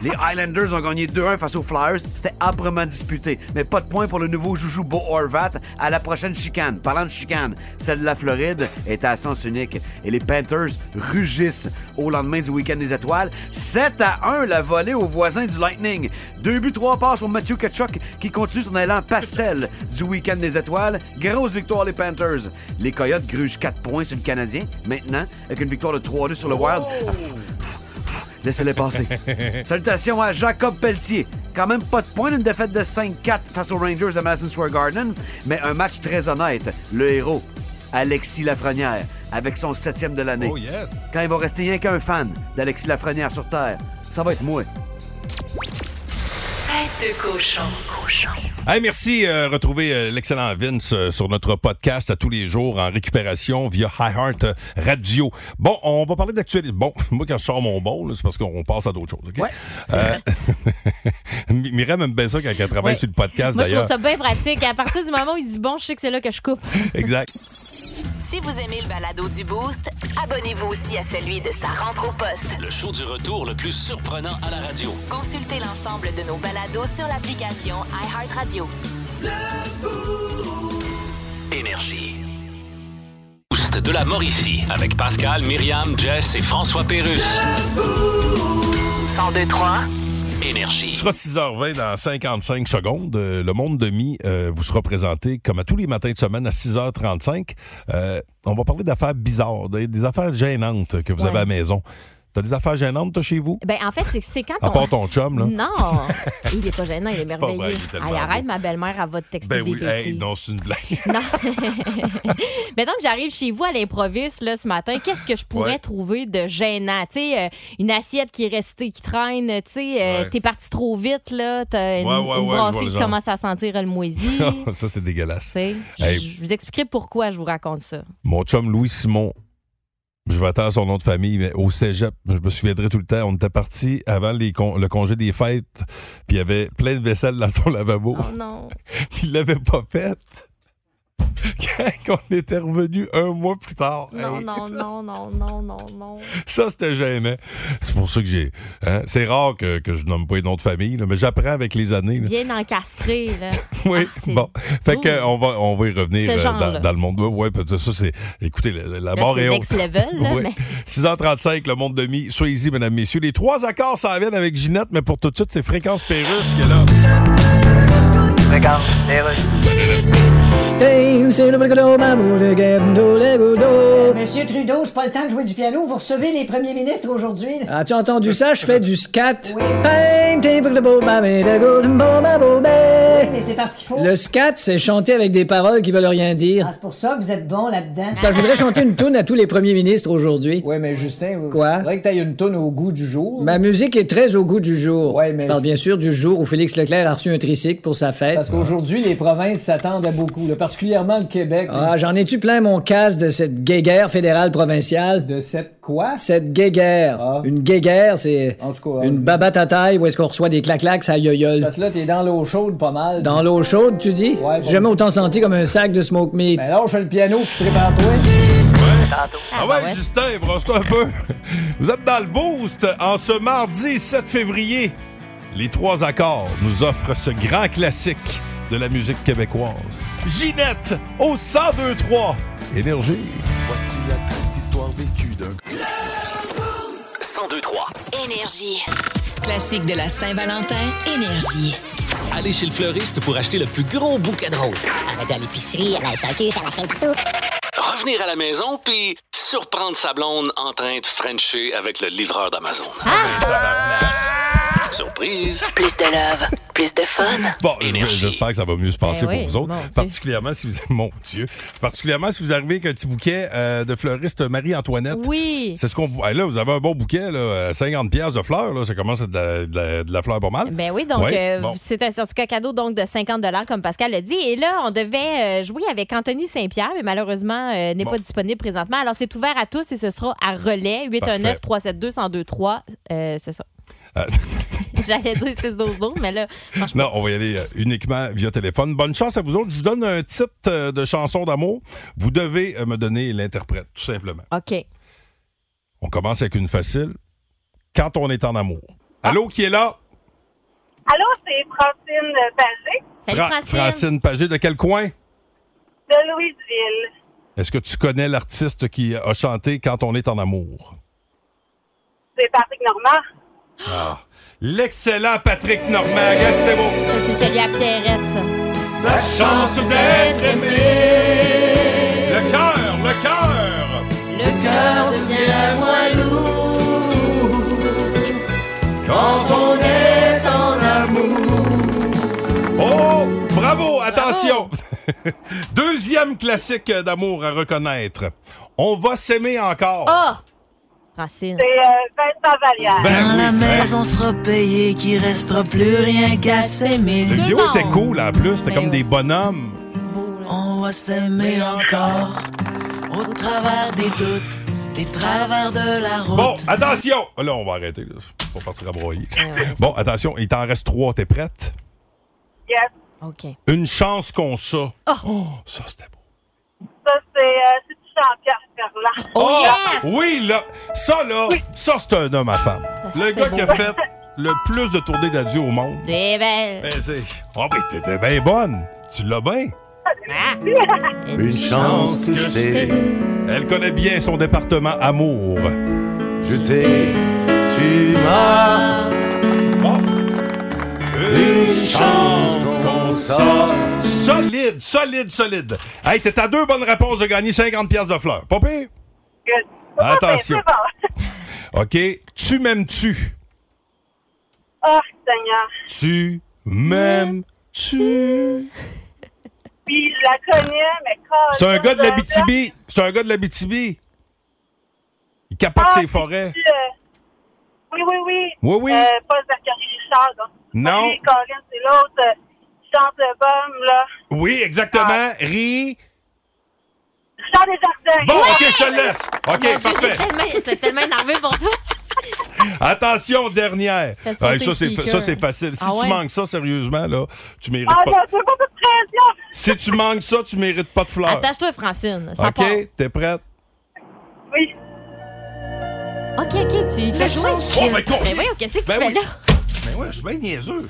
Speaker 13: Les Highlanders ont gagné 2-1 face aux Flyers. C'était âprement disputé. Mais pas de points pour le nouveau joujou Beau Horvat à la prochaine chicane. Parlant de chicane, celle de la Floride est à sens unique. Et les Panthers rugissent au lendemain du week-end des étoiles. 7 à 1 la volée aux voisins du Lightning. Deux buts, trois passes pour Mathieu Kachuk qui continue son élan pastel du week-end des étoiles. Grosse victoire les Panthers. Les Coyotes grugent 4 points sur le Canadien. Maintenant, avec une victoire de 3-2 sur le Wild. Ah, pff, pff, pff, Laissez-les passer. Salutations à Jacob Pelletier. Quand même pas de points d'une défaite de 5-4 face aux Rangers de Madison Square Garden, mais un match très honnête. Le héros, Alexis Lafrenière, avec son septième de l'année.
Speaker 1: Oh, yes.
Speaker 13: Quand il va rester rien qu'un fan d'Alexis Lafrenière sur Terre, ça va être moi.
Speaker 14: Tête de cochon. cochon.
Speaker 1: Hey, merci. euh, retrouvez euh, l'excellent Vince euh, sur notre podcast à tous les jours en récupération via iHeart euh, Radio. Bon, on va parler d'actualité. Bon, moi, quand je sors mon bol, là, c'est parce qu'on passe à d'autres choses. OK? Euh, Mi- Myriam aime bien ça quand elle travaille
Speaker 6: Ouais.
Speaker 1: sur le podcast,
Speaker 6: Moi, je trouve
Speaker 1: d'ailleurs.
Speaker 6: ça bien pratique. À partir du moment où il dit bon, je sais que c'est là que je coupe.
Speaker 1: Exact.
Speaker 3: Si vous aimez le balado du Boost, abonnez-vous aussi à celui de sa rentre au poste.
Speaker 12: Le show du retour le plus surprenant à la radio.
Speaker 3: Consultez l'ensemble de nos balados sur l'application iHeartRadio.
Speaker 12: Énergie. Boost de la Mauricie avec Pascal, Myriam, Jess et François Pérus.
Speaker 3: 1023
Speaker 12: Énergie.
Speaker 1: Il sera 6h20 dans 55 secondes. Euh, Le monde demi euh, vous sera présenté comme à tous les matins de semaine à 6h35. Euh, on va parler d'affaires bizarres, des, des affaires gênantes que vous avez à la maison. T'as des affaires gênantes, toi, chez vous?
Speaker 6: Ben, en fait, c'est- c'est quand
Speaker 1: À
Speaker 6: on.
Speaker 1: part ton chum, là.
Speaker 6: Non, il est pas gênant, il est
Speaker 1: C'est pas vrai,
Speaker 6: merveilleux.
Speaker 1: il est tellement
Speaker 6: Hey, arrête,
Speaker 1: beau.
Speaker 6: ma belle-mère, elle va te texter
Speaker 1: Ben
Speaker 6: des
Speaker 1: oui, hey,
Speaker 6: bêtises.
Speaker 1: non, c'est une blague.
Speaker 6: Mais donc, j'arrive chez vous à l'improviste là, ce matin. Qu'est-ce que je pourrais
Speaker 1: Ouais.
Speaker 6: trouver de gênant? Tu sais, euh, une assiette qui est restée, qui traîne. Tu sais, euh,
Speaker 1: Ouais.
Speaker 6: t'es parti trop vite, là. T'as une,
Speaker 1: Ouais, ouais,
Speaker 6: une
Speaker 1: ouais, je vois
Speaker 6: brassée
Speaker 1: le
Speaker 6: qui
Speaker 1: genre.
Speaker 6: commence à sentir le moisi. Tu
Speaker 1: ça, c'est dégueulasse.
Speaker 6: sais,
Speaker 1: Hey.
Speaker 6: Je vous expliquerai pourquoi je vous raconte ça.
Speaker 1: Mon chum Louis Simon, je vais attendre son nom de famille, mais au cégep, je me souviendrai tout le temps, on était parti avant les con- le congé des fêtes, puis il y avait plein de vaisselle dans son lavabo.
Speaker 6: Oh, non.
Speaker 1: Puis il l'avait pas faite. Quand on était revenu un mois plus tard.
Speaker 6: Non,
Speaker 1: Hey,
Speaker 6: non, non, non, non, non, non.
Speaker 1: Ça, c'était gênant. C'est pour ça que j'ai. hein, C'est rare que, que je nomme pas les noms de famille, là, mais j'apprends avec les années. là.
Speaker 6: Bien encastré, là.
Speaker 1: Oui, bon. Fait que, euh, on, va, on va y revenir
Speaker 6: Ah, Ce
Speaker 1: euh,
Speaker 6: genre-là.
Speaker 1: dans, dans le monde. Ouais, Ouais, peut-être ça, c'est. Écoutez, la, la
Speaker 6: Là,
Speaker 1: barre
Speaker 6: c'est
Speaker 1: est haute.
Speaker 6: next level, là,
Speaker 1: Ouais.
Speaker 6: mais-
Speaker 1: 6h35, le monde demi. Soyez-y, mesdames, messieurs. Les trois accords s'en viennent avec Ginette, mais pour tout de suite, c'est Fréquence Pérusse qui est là.
Speaker 4: Regarde,
Speaker 15: Monsieur Trudeau, c'est pas le temps de jouer du piano. Vous recevez les premiers ministres aujourd'hui. là.
Speaker 5: As-tu entendu ça? Je fais du scat.
Speaker 15: Oui, mais c'est parce qu'il faut.
Speaker 5: Le scat, c'est chanter avec des paroles qui veulent rien dire.
Speaker 15: Ah, c'est pour ça que vous êtes bon là-dedans.
Speaker 5: Ça, je voudrais chanter une toune à tous les premiers ministres aujourd'hui.
Speaker 16: Ouais, mais Justin, vous-
Speaker 5: Quoi?
Speaker 16: faudrait que t'ailles une toune au goût du jour.
Speaker 5: Ma musique est très au goût du jour.
Speaker 16: mais
Speaker 5: je parle
Speaker 16: c'est-
Speaker 5: bien sûr du jour où Félix Leclerc a reçu un tricycle pour sa fête.
Speaker 16: Parce qu'aujourd'hui, les provinces s'attendent à beaucoup, là, particulièrement le Québec.
Speaker 5: Ah, j'en ai-tu plein mon casse de cette guéguerre fédérale provinciale? De cette quoi? Cette guéguerre.
Speaker 16: Ah.
Speaker 5: Une guéguerre, c'est une babate à taille où est-ce qu'on reçoit des clac-clacs à yoyole.
Speaker 16: euh, Parce que là, t'es dans l'eau chaude pas mal.
Speaker 5: Dans l'eau chaude, tu dis?
Speaker 16: Ouais,
Speaker 5: J'ai jamais autant senti comme un sac de smoke meat.
Speaker 16: Ben lâche le piano puis prépare-toi.
Speaker 1: Ah
Speaker 6: bah
Speaker 1: ouais, Justin, branche-toi un peu. Vous êtes dans le boost en ce mardi 7 février. Les trois accords nous offrent ce grand classique de la musique québécoise. Ginette au 1023 Énergie.
Speaker 17: Voici la triste histoire vécue d'un
Speaker 12: 1023.
Speaker 3: Énergie. Classique de la Saint-Valentin, Énergie.
Speaker 12: Allez chez le fleuriste pour acheter le plus gros bouquet de roses.
Speaker 18: Arrêtez à l'épicerie, à la SAQ, à la chaîne partout.
Speaker 12: Revenir à la maison puis surprendre sa blonde en train de frencher avec le livreur d'Amazon. Surprise.
Speaker 18: Plus de love, plus de fun.
Speaker 1: Bon, j'espère que ça va mieux se passer
Speaker 18: Ben oui,
Speaker 1: pour vous autres.
Speaker 18: mon Dieu.
Speaker 1: Particulièrement si vous mon Dieu, particulièrement si vous arrivez avec un petit bouquet euh, de fleuriste Marie-Antoinette.
Speaker 6: Oui.
Speaker 1: C'est ce qu'on voit. Là, vous avez un bon bouquet, là, 50 pièces de fleurs, là, ça commence à être de la, de la- de la fleur pas mal.
Speaker 6: Ben oui, donc
Speaker 1: Ouais,
Speaker 6: euh,
Speaker 1: bon.
Speaker 6: c'est un certificat cadeau donc de 50 comme Pascal l'a dit. Et là, on devait euh, jouer avec Anthony Saint-Pierre, mais malheureusement, euh, n'est
Speaker 1: Bon.
Speaker 6: pas disponible présentement. Alors, c'est ouvert à tous et ce sera à relais
Speaker 1: Parfait.
Speaker 6: 819-372-1023. Euh, c'est ça.
Speaker 1: Euh,
Speaker 6: J'allais dire 6 12 12 mais là,
Speaker 1: Non, on va y aller euh, uniquement via téléphone. Bonne chance à vous autres. Je vous donne un titre euh, de chanson d'amour. Vous devez euh, me donner l'interprète, tout simplement.
Speaker 6: OK.
Speaker 1: On commence avec une facile. Quand on est en amour.
Speaker 18: Ah!
Speaker 1: Allô, qui est là?
Speaker 19: Allô, c'est Francine Pagé
Speaker 1: Fra- Francine Pagé, de quel coin?
Speaker 19: de Louisville.
Speaker 1: Est-ce que tu connais l'artiste qui a chanté Quand on est en amour?
Speaker 19: C'est Patrick Normand.
Speaker 1: L'excellent Patrick Normand, Yes, c'est beau.
Speaker 6: Ça, c'est celui à Pierrette, ça.
Speaker 1: La chance d'être aimé. Le cœur, le cœur.
Speaker 14: Le cœur devient moins lourd quand on est en amour.
Speaker 1: Oh, bravo, attention. Deuxième classique d'amour à reconnaître. On va s'aimer encore.
Speaker 6: Ah! Francine.
Speaker 19: C'est euh, Vincent Vallière.
Speaker 1: Ben oui,
Speaker 4: La
Speaker 1: ben.
Speaker 4: maison sera payée, qui restera plus rien qu'à s'aimer.
Speaker 1: La vidéo était cool en plus, c'était comme des bonhommes.
Speaker 4: On va s'aimer encore, au travers des doutes, des travers de la route.
Speaker 1: Bon, attention! Ah, Là, on va arrêter. Là. On va partir à broyer.
Speaker 19: Ah
Speaker 1: Bon, attention, il t'en reste trois, t'es prête?
Speaker 19: Yes.
Speaker 6: OK.
Speaker 1: Une chance qu'on ça. Oh, ça, c'était Ben-
Speaker 19: Ça, c'est euh, c'est du Jean-Pierre Ferland.
Speaker 1: Oh!
Speaker 6: Oh,
Speaker 1: Ah, Oui, là, ça, là, ça, c'est un homme à femme. Le
Speaker 19: Ah, c'est
Speaker 1: gars qui a
Speaker 19: beau.
Speaker 1: fait le plus de tournées d'adieu au monde.
Speaker 6: T'es belle.
Speaker 1: Ben, c'est... Oh, ben, t'étais bien bonne. Tu l'as bien. Une chance que je t'ai. Elle connaît bien son département amour. Je t'ai, tu m'as. Une chance qu'on sort. Solide, solide, solide. Hey, t'es à deux bonnes réponses de gagner 50 pièces de fleurs. Pas pire? Attention. OK. Tu m'aimes-tu?
Speaker 19: Oh, Seigneur.
Speaker 1: Tu m'aimes-tu?
Speaker 19: Oui, je la connais, mais euh, quand.
Speaker 1: C'est un gars de la BTB. C'est un gars de la BTB. Il capote
Speaker 6: Ah,
Speaker 1: ses forêts.
Speaker 19: euh, oui, oui, oui.
Speaker 1: Oui, oui.
Speaker 19: Euh, pas Zachary Richard, là.
Speaker 1: Non.
Speaker 19: Oui, Colin, c'est l'autre. euh, qui chante le bum, là.
Speaker 1: Oui, exactement.
Speaker 6: Ah.
Speaker 1: Ri.
Speaker 19: Richard Desjardins.
Speaker 1: Bon, OK, je te laisse. OK,
Speaker 6: Mon Dieu,
Speaker 1: parfait.
Speaker 6: j'étais tellement- J'étais tellement énervée pour toi.
Speaker 1: Attention, dernière.
Speaker 6: Faites sauter le
Speaker 1: Ouais, ça, c'est,
Speaker 6: speaker.
Speaker 1: ça, c'est facile. Si
Speaker 6: Ah
Speaker 1: tu
Speaker 6: ouais?
Speaker 1: manques ça, sérieusement, là, tu mérites
Speaker 6: Ah,
Speaker 1: pas.
Speaker 6: non,
Speaker 1: Si tu manques ça, tu mérites pas de fleurs.
Speaker 6: Attache-toi, Francine. Ça
Speaker 1: OK, t'es prête?
Speaker 6: part. OK, OK, tu y
Speaker 1: La
Speaker 6: fais jouer.
Speaker 1: chance. Oh, mais con-
Speaker 6: Mais voyons, qu'est-ce que
Speaker 1: Ben
Speaker 6: tu
Speaker 1: oui.
Speaker 6: fais là?
Speaker 1: Mais ouais, je suis bien niaiseux.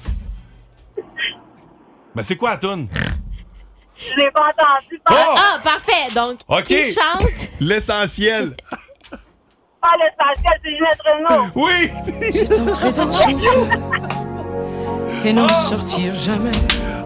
Speaker 1: Mais c'est quoi, la toune?
Speaker 19: Je l'ai pas entendu. Pas,
Speaker 1: Oh!
Speaker 6: Ah, parfait. Donc,
Speaker 1: OK.
Speaker 6: qui chante?
Speaker 1: L'essentiel.
Speaker 19: pas l'essentiel, c'est Ginette Renaud.
Speaker 1: Oui!
Speaker 19: C'est entré dans son
Speaker 4: Et n'en sortir jamais.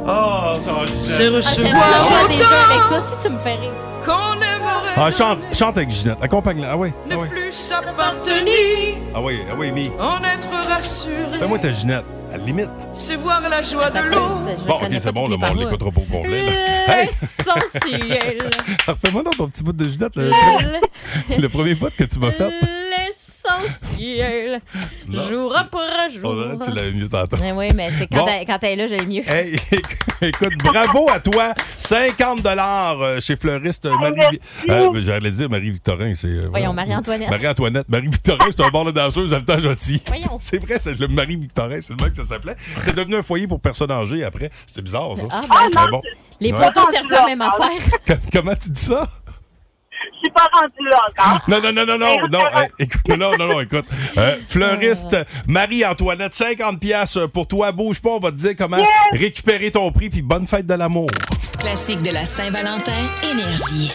Speaker 1: Oh, Ah. ça va
Speaker 4: C'est
Speaker 6: J'aimerais ça
Speaker 4: recevoir
Speaker 6: jouer à des jeux avec toi si tu me fais rire.
Speaker 4: Qu'on aimerait
Speaker 1: Ah, chante, chante avec Ginette. Accompagne-la. Ah ouais.
Speaker 4: ne plus s'appartenir.
Speaker 1: Ah ouais, ah ouais, Mi.
Speaker 4: En être rassuré.
Speaker 1: Fais-moi ta Ginette. À la limite.
Speaker 4: C'est voir la joie de l'autre.
Speaker 1: Bon, ok, c'est bon, le monde l'écoutera pas pour là. Hey!
Speaker 6: L'essentiel.
Speaker 1: Fais-moi dans ton petit bout de Ginette. Le,
Speaker 6: Le-
Speaker 1: le premier pote que tu m'as fait.
Speaker 6: L'essentiel.
Speaker 1: Non,
Speaker 6: Jour après jour.
Speaker 1: On dirait que tu l'avais mieux tantôt.
Speaker 6: Mais oui, mais c'est quand,
Speaker 1: Bon.
Speaker 6: elle, quand elle est là, je l'ai mieux.
Speaker 1: Hey, écoute, bravo à toi. 50 dollars euh, chez fleuriste Marie. Euh, J'allais dire Marie-Victorin. c'est, euh,
Speaker 6: Voyons, Marie-Antoinette.
Speaker 1: Marie-Antoinette. Marie-Victorin, c'est un bord de danseuse dans le temps gentil.
Speaker 6: Voyons.
Speaker 1: C'est vrai, c'est le Marie-Victorin, c'est le mec que ça s'appelait. C'est devenu un foyer pour personnes âgées après. C'était bizarre, ça.
Speaker 6: Ah, ben,
Speaker 1: Mais bon.
Speaker 6: Les
Speaker 1: Ouais.
Speaker 6: poteaux servent à la même affaire.
Speaker 1: Com- Comment tu dis ça?
Speaker 19: Je suis pas rendue là encore.
Speaker 1: Non, non, non, non, non, non, euh, écoute, non, non, non, écoute. Euh, fleuriste Marie-Antoinette, 50 pièces pour toi. Bouge pas, on va te dire comment récupérer ton prix, puis bonne fête de l'amour.
Speaker 3: Classique de la Saint-Valentin, énergie.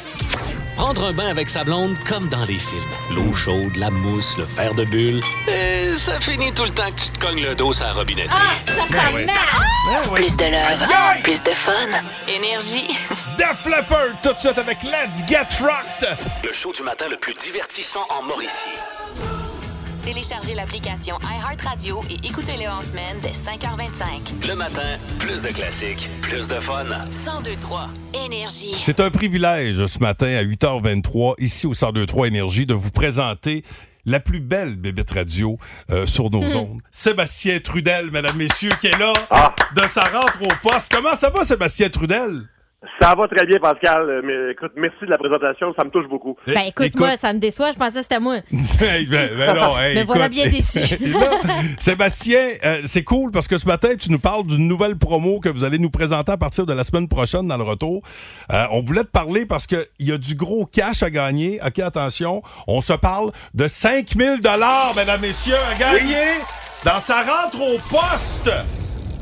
Speaker 12: Prendre un bain avec sa blonde comme dans les films. L'eau chaude, la mousse, le verre de bulle. Et ça finit tout le temps que tu te cognes le dos à la robinette.
Speaker 18: Plus de love, plus de fun.
Speaker 3: Énergie.
Speaker 1: Def Leppard, tout de suite avec Let's Get Rocked.
Speaker 12: Le show du matin le plus divertissant en Mauricie.
Speaker 3: Téléchargez l'application iHeartRadio et écoutez-le en semaine dès 5h25.
Speaker 12: Le matin, plus de classiques, plus de fun.
Speaker 3: 1023 Énergie.
Speaker 1: C'est un privilège ce matin à 8h23, ici au 1023 Énergie, de vous présenter la plus belle bébête radio euh, sur nos
Speaker 20: Mhm.
Speaker 2: Hmm.
Speaker 1: ondes. Sébastien Trudel, mesdames, messieurs, qui est là
Speaker 20: Ah.
Speaker 1: de sa rentre au poste. Comment ça va, Sébastien Trudel?
Speaker 20: Ça va très bien, Pascal. Euh, Mais écoute, merci de la présentation. Ça me touche beaucoup.
Speaker 1: Eh,
Speaker 6: Ben écoute, moi, ça me déçoit. Je pensais que c'était moi.
Speaker 1: Hey, ben, ben non, hey,
Speaker 6: Me voilà
Speaker 1: écoute.
Speaker 6: bien déçu.
Speaker 1: Et là, Sébastien, euh, c'est cool parce que ce matin, tu nous parles d'une nouvelle promo que vous allez nous présenter à partir de la semaine prochaine dans le retour. Euh, on voulait te parler parce qu'il y a du gros cash à gagner. OK, attention, on se parle de 5000 dollars, mesdames, messieurs, à gagner. Dans sa rentre au poste!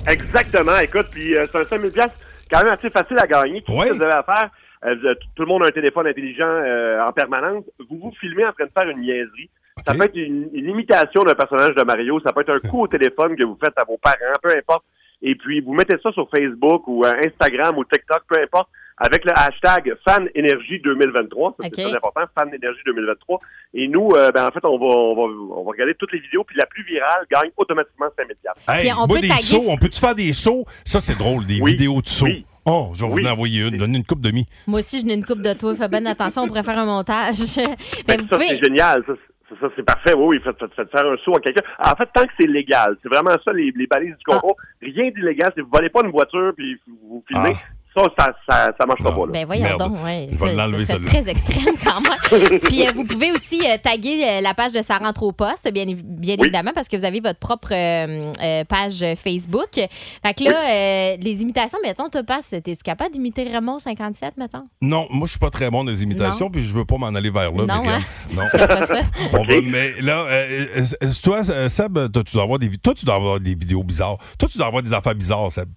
Speaker 20: Exactement. Écoute, puis euh, c'est un 5000 piastres quand même assez facile à gagner. Tout ce que vous avez à faire, euh, vous avez- tout le monde a un téléphone intelligent euh, en permanence. Vous vous filmez en train de faire une niaiserie. Ça peut être une, une imitation d'un personnage de Mario. Ça peut être un coup au téléphone que vous faites à vos parents, peu importe. Et puis, vous mettez ça sur Facebook ou euh, Instagram ou TikTok, peu importe, avec le hashtag FanEnergie 2023. Ça, c'est
Speaker 6: Ok.
Speaker 20: très important, FanEnergie 2023. Et nous, euh, ben, en fait, on va, on, va, on va regarder toutes les vidéos, puis la plus virale gagne automatiquement 5000 piastres.
Speaker 1: Hey, on des sauts, on peut-tu faire des sauts? Ça, c'est drôle, des vidéos de sauts. Oh, je vais vous en envoyer une, donner une coupe de mi.
Speaker 6: Moi aussi, j'ai une coupe de toi. Fais bonne attention, on pourrait faire un montage.
Speaker 20: Fait
Speaker 6: Mais
Speaker 20: que
Speaker 6: vous
Speaker 20: Ben, ça,
Speaker 6: pouvez-
Speaker 20: c'est génial. Ça, c'est- ça, c'est parfait. Oui, oui, faites, faites- faites faire un saut à quelqu'un. Ah, En fait, tant que c'est légal, c'est vraiment ça, les, les balises du
Speaker 6: Ah.
Speaker 20: concours. Rien d'illégal. Si vous volez pas une voiture puis vous filmez,
Speaker 1: Ah.
Speaker 20: ça, ça, ça, ça marchera pas. là.
Speaker 6: Ben voyons donc, ouais,
Speaker 20: Je vais
Speaker 6: ça-
Speaker 20: l'enlever,
Speaker 6: ça serait
Speaker 20: celle-là.
Speaker 6: très extrême quand même. Puis euh, vous pouvez aussi euh, taguer euh, la page de Sa rentre au poste, bien, évi- bien évidemment, parce que vous avez votre propre euh, euh, page Facebook. Fait que là, euh, les imitations, mettons, te passe, t'es-tu capable d'imiter Raymond 57, mettons?
Speaker 1: Non, moi, je suis pas très bon des imitations,
Speaker 6: Non.
Speaker 1: puis je veux pas m'en aller vers là.
Speaker 6: Non,
Speaker 1: mais
Speaker 6: hein?
Speaker 1: regarde, non.
Speaker 6: C'est pas ça.
Speaker 1: On va- mais là, euh, euh, euh, toi, euh, Seb, toi, tu dois avoir des, vi- toi, tu dois avoir des vidéos bizarres. Toi, tu dois avoir des affaires bizarres, Seb.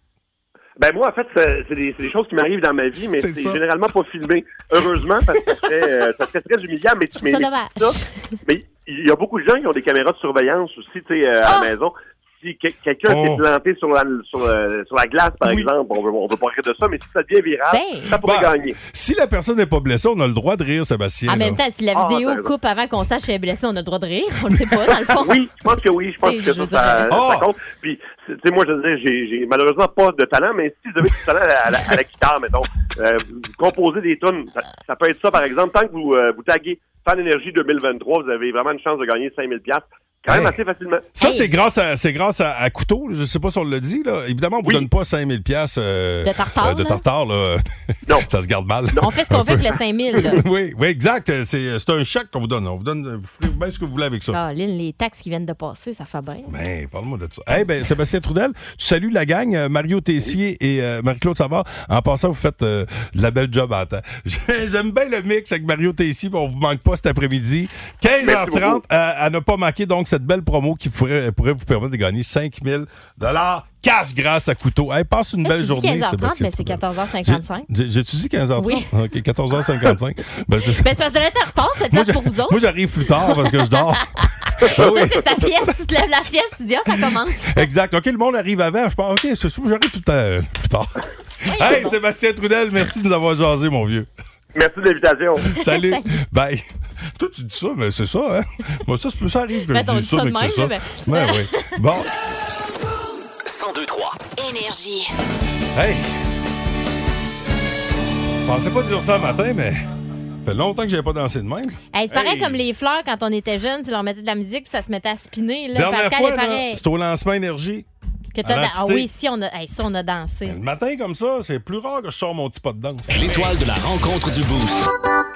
Speaker 20: Ben moi, en fait, c'est c'est des, c'est des choses qui m'arrivent dans ma vie, mais
Speaker 1: C'est
Speaker 20: c'est
Speaker 1: ça.
Speaker 20: généralement pas filmé. Heureusement, parce que ça serait, euh, ça serait très humiliant. Mais, tu- mais,
Speaker 6: ça
Speaker 20: mais-
Speaker 6: dommage.
Speaker 20: mais il y a beaucoup de gens qui ont des caméras de surveillance aussi, tu sais, euh,
Speaker 6: Ah.
Speaker 20: à la maison. Si que- quelqu'un
Speaker 1: Oh.
Speaker 20: s'est planté sur la, sur, euh, sur la glace, par exemple, on veut, on veut pas rire de ça, mais si ça devient viral, ça pourrait
Speaker 1: Ben,
Speaker 20: gagner.
Speaker 1: Si la personne n'est pas blessée, on a le droit de rire, Sébastien.
Speaker 6: En même
Speaker 1: là.
Speaker 6: temps, si la vidéo coupe avant qu'on sache qu'elle est blessée, on a le droit de rire. On le sait pas, dans le fond.
Speaker 20: Oui, je pense que oui, je pense
Speaker 6: Tu sais,
Speaker 20: que
Speaker 6: je
Speaker 20: ça,
Speaker 6: veux
Speaker 20: ça,
Speaker 6: dire-
Speaker 21: Ah!
Speaker 20: ça compte. Puis, tu sais, moi, je veux dire, j'ai- j'ai malheureusement pas de talent, mais si vous avez du talent à la, à la- à la guitare, mettons, euh, vous composez des tunes, ça, ça peut être ça, par exemple, tant que vous, euh, vous taguez Fan Énergie 2023, vous avez vraiment une chance de gagner 5000 pièces quand
Speaker 21: Hein?
Speaker 20: même assez facilement.
Speaker 1: Ça, c'est grâce, à, c'est grâce à, à Couteau. Je ne sais pas si on le dit. Là. Évidemment, on ne vous donne pas 5000 pièces
Speaker 6: De tartare,
Speaker 1: euh, de
Speaker 6: là.
Speaker 1: tartare. Là. ça se garde mal.
Speaker 6: On fait ce qu'on
Speaker 1: Un
Speaker 6: veut
Speaker 1: peu.
Speaker 6: avec le 5000. là.
Speaker 1: oui, oui, exact. C'est, c'est un chèque qu'on vous donne. On vous donne vous ferez bien ce que vous voulez avec ça.
Speaker 6: Ah, Lynn, les taxes qui viennent de passer, ça fait bien.
Speaker 1: Ben, parle-moi de ça. Eh ben, Sébastien Trudel, tu salues la gang, euh, Mario Tessier et euh, Marie-Claude Savard. En passant, vous faites euh, de la belle job à temps. J'aime bien le mix avec Mario Tessier, puis on vous manque pas cet après-midi. 15h30 euh, à, à ne pas manquer donc cette belle promo qui pourrait, pourrait vous permettre de gagner 5000 dollars cash grâce à couteau. Hey, passe une
Speaker 6: Là,
Speaker 1: belle
Speaker 6: tu
Speaker 1: journée,
Speaker 6: dis 15h30,
Speaker 1: Sébastien
Speaker 6: mais ben, c'est
Speaker 1: Trudel.
Speaker 6: 14h55.
Speaker 1: J'ai- J'ai-tu dit 15h30?
Speaker 6: Oui.
Speaker 1: OK, 14h55. ben, c'est-
Speaker 6: Ben, c'est parce que j'allais être en retard, cette
Speaker 1: moi,
Speaker 6: place pour vous autres. Ben
Speaker 1: moi, j'arrive plus tard parce que je dors. Ah oui.
Speaker 6: Toi, c'est ta sieste, tu te lèves la sieste, tu dis, ah, ça commence.
Speaker 1: Exact. OK, le monde arrive avant. Je pense, OK, c'est sûr, j'arrive tout à plus tard. Hey, Sébastien Trudel, merci de nous avoir jasé, mon vieux.
Speaker 20: Merci de l'invitation.
Speaker 1: Salut. Bye. Toi, tu dis ça, mais c'est ça, hein? Moi, ça, c'est plus ça arrive que
Speaker 3: Ben,
Speaker 1: je
Speaker 3: on
Speaker 1: dis
Speaker 3: dit
Speaker 1: ça,
Speaker 3: ça
Speaker 1: mais
Speaker 3: de
Speaker 1: que c'est ça.
Speaker 3: même,
Speaker 1: Ouais,
Speaker 3: mais-
Speaker 1: oui. Bon,
Speaker 3: 1023 Énergie.
Speaker 1: hey. Je pensais pas dire ça le matin, mais ça fait longtemps que j'avais pas dansé de même.
Speaker 6: Hey, c'est pareil
Speaker 1: Hey.
Speaker 6: comme les fleurs quand on était jeune, tu leur mettais de la musique puis ça se mettait à spinner. Là.
Speaker 1: Dernière
Speaker 6: Pascal
Speaker 1: fois,
Speaker 6: est
Speaker 1: là,
Speaker 6: pareil.
Speaker 1: c'était au lancement énergie.
Speaker 6: Que t'as
Speaker 1: à
Speaker 6: dan- Ah
Speaker 1: l'entité.
Speaker 6: oui, si on a, hey, ça, on a dansé.
Speaker 1: Le matin, comme ça, c'est plus rare que je sors mon petit pas de danse.
Speaker 12: L'étoile de la rencontre du Boost.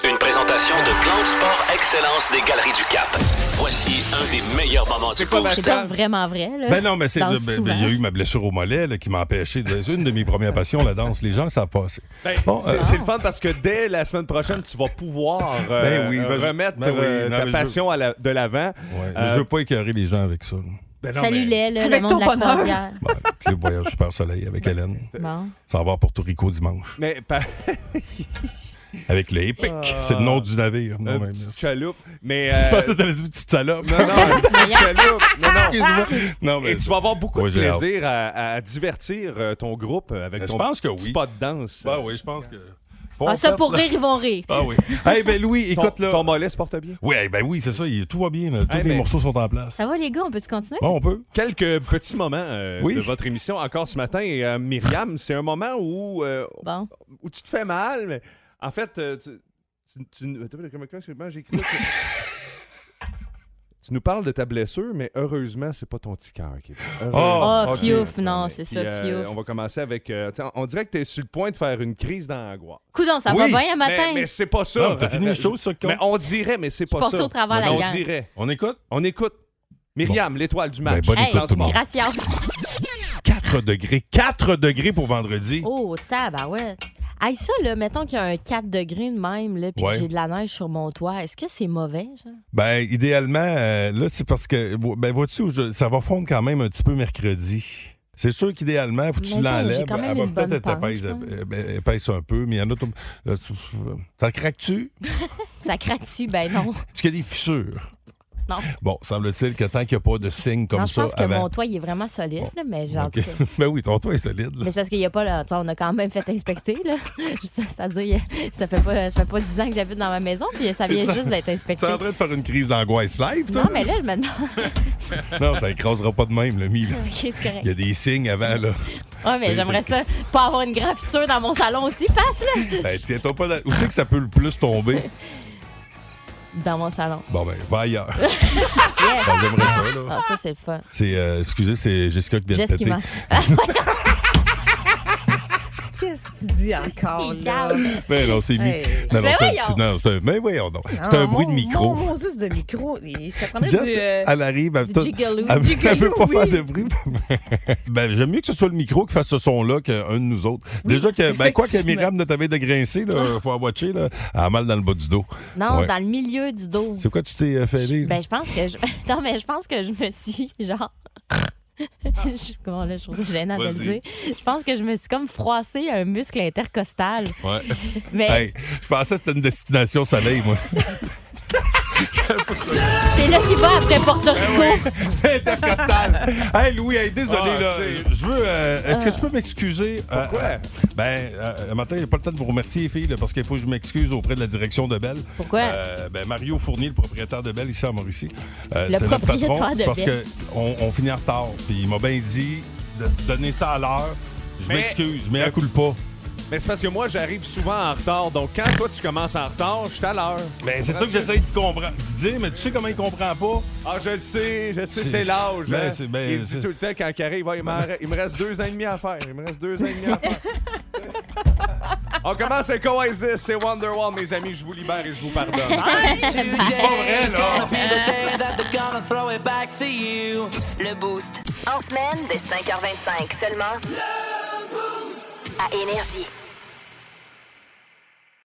Speaker 12: Une présentation de Plan de Sport Excellence des Galeries du Cap. Voici un des meilleurs moments du Boost.
Speaker 6: C'est pas vraiment vrai. Là.
Speaker 1: Ben non, mais c'est.
Speaker 6: Danse
Speaker 1: ben, ben, Il
Speaker 6: souvent.
Speaker 1: y a eu ma blessure au mollet là, qui m'a empêché. de- C'est une de mes premières passions, la danse. Les gens le savent pas. assez.
Speaker 21: Ben,
Speaker 1: Bon,
Speaker 21: c'est
Speaker 1: euh,
Speaker 21: c'est le fun parce que dès la semaine prochaine, tu vas pouvoir euh,
Speaker 1: Ben oui, ben
Speaker 21: euh,
Speaker 1: je-
Speaker 21: remettre
Speaker 1: ben oui,
Speaker 21: euh,
Speaker 1: non,
Speaker 21: ta
Speaker 1: mais je-
Speaker 21: passion à la- de l'avant. Ben
Speaker 1: Ouais,
Speaker 21: Euh,
Speaker 1: Je veux pas écœurer les gens avec ça. là.
Speaker 6: Salut, Lel, le
Speaker 21: Avec
Speaker 6: monde de la
Speaker 21: ton bonheur.
Speaker 6: croisière.
Speaker 1: Club Voyage Super Soleil avec Hélène.
Speaker 6: Bon.
Speaker 1: Ça va à Porto Rico dimanche.
Speaker 21: Mais pa-
Speaker 1: Avec le Epic.
Speaker 21: Ah.
Speaker 1: C'est le nom du navire.
Speaker 21: Euh,
Speaker 1: Non, mais-
Speaker 21: petite chaloupe. Mais,
Speaker 1: Je pensais que
Speaker 21: euh,
Speaker 1: t'allais dire petite salope.
Speaker 21: Non, non, petite chaloupe. Non, non.
Speaker 1: Excuse-moi. Non, mais-
Speaker 21: Et tu vas avoir beaucoup
Speaker 1: Ouais,
Speaker 21: de
Speaker 1: j'ai hâte.
Speaker 21: plaisir à, à divertir euh, ton groupe avec
Speaker 1: Ben, je
Speaker 21: ton
Speaker 1: pense que
Speaker 21: petit
Speaker 1: oui.
Speaker 21: pas de danse.
Speaker 1: Ben oui, je pense que.
Speaker 6: Ah, ça, pour rire, ils vont rire.
Speaker 1: Ah oui. Hey, ben Louis, écoute
Speaker 21: ton,
Speaker 1: là.
Speaker 21: Ton mollet se porte bien.
Speaker 1: Oui, eh ben oui, c'est ça. il- Tout va bien. là. Tous
Speaker 21: Hey,
Speaker 1: les
Speaker 21: mais-
Speaker 1: morceaux sont en place.
Speaker 6: Ça va, les gars, on peut-tu continuer?
Speaker 1: Bon, on peut.
Speaker 21: Quelques petits moments euh,
Speaker 1: Oui.
Speaker 21: de votre émission encore ce matin. Et, euh, Myriam, c'est un moment où, euh,
Speaker 1: Oh.
Speaker 21: où tu te fais mal, mais en fait, euh, tu, tu, tu- attends, comment- comment- comment j'ai écrit ça? Tu- Tu nous parles de ta blessure, mais heureusement, c'est pas ton petit cœur qui est
Speaker 1: Oh!
Speaker 21: là. Heureusement.
Speaker 6: Ah,
Speaker 21: Ok.
Speaker 6: fiouf, non, c'est
Speaker 21: Puis,
Speaker 6: ça,
Speaker 21: euh,
Speaker 6: fiouf.
Speaker 21: On va commencer avec. euh, tiens, on dirait que tu es sur le point de faire une crise d'angoisse.
Speaker 6: Coudon, ça va bien un matin.
Speaker 21: Mais, mais c'est pas ça.
Speaker 1: Non, Ah, t'as fini les
Speaker 21: Euh,
Speaker 1: choses, ça, con.
Speaker 21: Mais on dirait, mais c'est pas
Speaker 6: passée
Speaker 21: ça.
Speaker 6: au travers la
Speaker 21: on
Speaker 6: gang.
Speaker 21: dirait.
Speaker 1: On écoute? Ben,
Speaker 21: On écoute. Myriam, l'étoile du match.
Speaker 1: bonne Hey, écoute, tout le monde.
Speaker 6: Gracias.
Speaker 1: 4 degrés. 4 degrés pour vendredi.
Speaker 6: Oh, tabarouette. Hey, ça, là, mettons qu'il y a un 4 degrés de même, là, puis
Speaker 1: Ouais.
Speaker 6: que j'ai de la neige sur mon toit. Est-ce que c'est mauvais, genre?
Speaker 1: Ben, idéalement, euh, là, c'est parce que, vo- ben, vois-tu, je- ça va fondre quand même un petit peu mercredi. C'est sûr qu'idéalement, faut que
Speaker 6: Mais
Speaker 1: tu
Speaker 6: non,
Speaker 1: l'enlèves.
Speaker 6: j'ai quand même
Speaker 1: Elle va
Speaker 6: une bonne
Speaker 1: peut-être être
Speaker 6: panche,
Speaker 1: épaisse, euh, épaisse un peu, mais il y en a. tout- euh, tu- euh, T'en craques-tu?
Speaker 6: Ça craque-tu? Ben non.
Speaker 1: Parce qu'il y a des fissures.
Speaker 6: Non.
Speaker 1: Bon, semble-t-il que tant qu'il n'y a pas de signe comme
Speaker 6: non, je
Speaker 1: ça
Speaker 6: pense que
Speaker 1: avant.
Speaker 6: mon toit, il est vraiment solide, là, mais genre.
Speaker 1: OK. ben oui, ton toit est solide. là.
Speaker 6: Mais c'est parce qu'il n'y a pas, là, tu sais, on a quand même fait inspecter, là. C'est-à-dire, ça fait pas, ça fait pas 10 ans que j'habite dans ma maison, puis ça vient
Speaker 1: T'es-
Speaker 6: juste d'être inspecté.
Speaker 1: T'es en train de faire une crise d'angoisse live, toi?
Speaker 6: Non, mais là, je me demande.
Speaker 1: Non, ça écrasera pas de même, le mi. là.
Speaker 6: OK, c'est correct.
Speaker 1: Il y a des signes avant, là.
Speaker 6: Ouais, mais
Speaker 1: T'sais,
Speaker 6: j'aimerais ça pas avoir une grave fissure dans mon salon aussi, passe, là.
Speaker 1: Ben, tiens-toi pas. dans- Où c'est que ça peut le plus tomber?
Speaker 6: Dans mon salon.
Speaker 1: Bon, ben, va ailleurs.
Speaker 6: Yes.
Speaker 1: Ben, j'aimerais ça, là.
Speaker 6: Ah, ça, c'est le fun.
Speaker 1: C'est, euh, excusez, c'est Jessica qui vient
Speaker 6: Jess
Speaker 1: de
Speaker 6: qui
Speaker 1: péter.
Speaker 6: m'a.
Speaker 7: Qu'est-ce que tu dis encore, là?
Speaker 1: Mais Ben non, c'est mis.
Speaker 7: Hey.
Speaker 1: Non, non,
Speaker 7: Ben
Speaker 1: c'est
Speaker 7: voyons.
Speaker 1: un petit. Non, c'est un. Mais voyons, non. C'est
Speaker 7: Ah,
Speaker 1: un bruit de
Speaker 7: mon-
Speaker 1: micro.
Speaker 7: Mon, mon zus de micro, il- ça prendrait
Speaker 1: Jess,
Speaker 7: du... euh,
Speaker 1: elle arrive, elle,
Speaker 7: du
Speaker 1: tout-
Speaker 7: jigaloo.
Speaker 1: elle-
Speaker 7: Du
Speaker 1: elle peut
Speaker 7: jigaloo,
Speaker 1: pas
Speaker 7: oui.
Speaker 1: faire de bruit. ben, j'aime mieux que ce soit le micro qui fasse ce son-là qu'un de nous autres. Déjà que, ben, quoi que
Speaker 6: effectivement.
Speaker 1: Myriam ne t'avait de grincer,
Speaker 7: Ah.
Speaker 1: là, faut avoir watché, là, elle a mal dans le bas du dos.
Speaker 6: Non,
Speaker 1: Ouais.
Speaker 6: dans le milieu du dos.
Speaker 1: C'est quoi tu t'es euh, fait aller?
Speaker 6: Ben, je pense que je. Non, mais je pense que je me suis, genre. je... Comment là, je trouve ça gênant de le
Speaker 1: Vas-y.
Speaker 6: dire. Je pense que je me suis comme froissé un muscle intercostal.
Speaker 1: Ouais.
Speaker 7: ben,
Speaker 6: Mais-
Speaker 1: Hey, je pensais que c'était une destination soleil, moi.
Speaker 6: C'est là qu'il va après Porto
Speaker 1: Ben
Speaker 6: Rico.
Speaker 1: Intercostal. hey, Louis, hey, désolé,
Speaker 6: Ah,
Speaker 1: là.
Speaker 6: c'est-
Speaker 1: Je veux. euh, Est-ce
Speaker 6: Ah.
Speaker 1: que je peux m'excuser? Euh,
Speaker 6: Pourquoi?
Speaker 1: euh, ben, euh, un matin, j'ai pas le temps de vous remercier, les filles, là, parce qu'il faut que je m'excuse auprès de la direction de Belle.
Speaker 6: Pourquoi?
Speaker 1: Euh, ben, Mario Fournier, le propriétaire de Belle, ici à Mauricie. euh,
Speaker 6: Le
Speaker 1: c'est notre
Speaker 6: propriétaire
Speaker 1: patron.
Speaker 6: de
Speaker 1: C'est parce
Speaker 6: Belle.
Speaker 1: qu'on on finit en retard. Puis il m'a bien dit de donner ça à l'heure. Je
Speaker 21: Mais-
Speaker 1: m'excuse, mais elle coule pas.
Speaker 21: Mais c'est parce que moi, j'arrive souvent en retard. Donc, quand toi, tu commences en retard, je suis à l'heure.
Speaker 1: Ben, c'est ça que j'essaie de comprendre- de dire, mais tu sais comment il comprend pas?
Speaker 21: Ah, je le sais, je le sais,
Speaker 1: C'est-
Speaker 21: c'est l'âge.
Speaker 1: Ben,
Speaker 21: hein.
Speaker 1: c'est- ben,
Speaker 21: il dit
Speaker 1: c'est-
Speaker 21: tout le temps quand il arrive, Ah, il, m'en re- il me reste deux ans et demi à faire. Il me reste deux ans et demi à faire. On commence avec Oasis, c'est Wonderwall, mes amis. Je vous libère et je vous pardonne.
Speaker 3: Le Boost. En semaine, dès 5h25 seulement. À Énergie.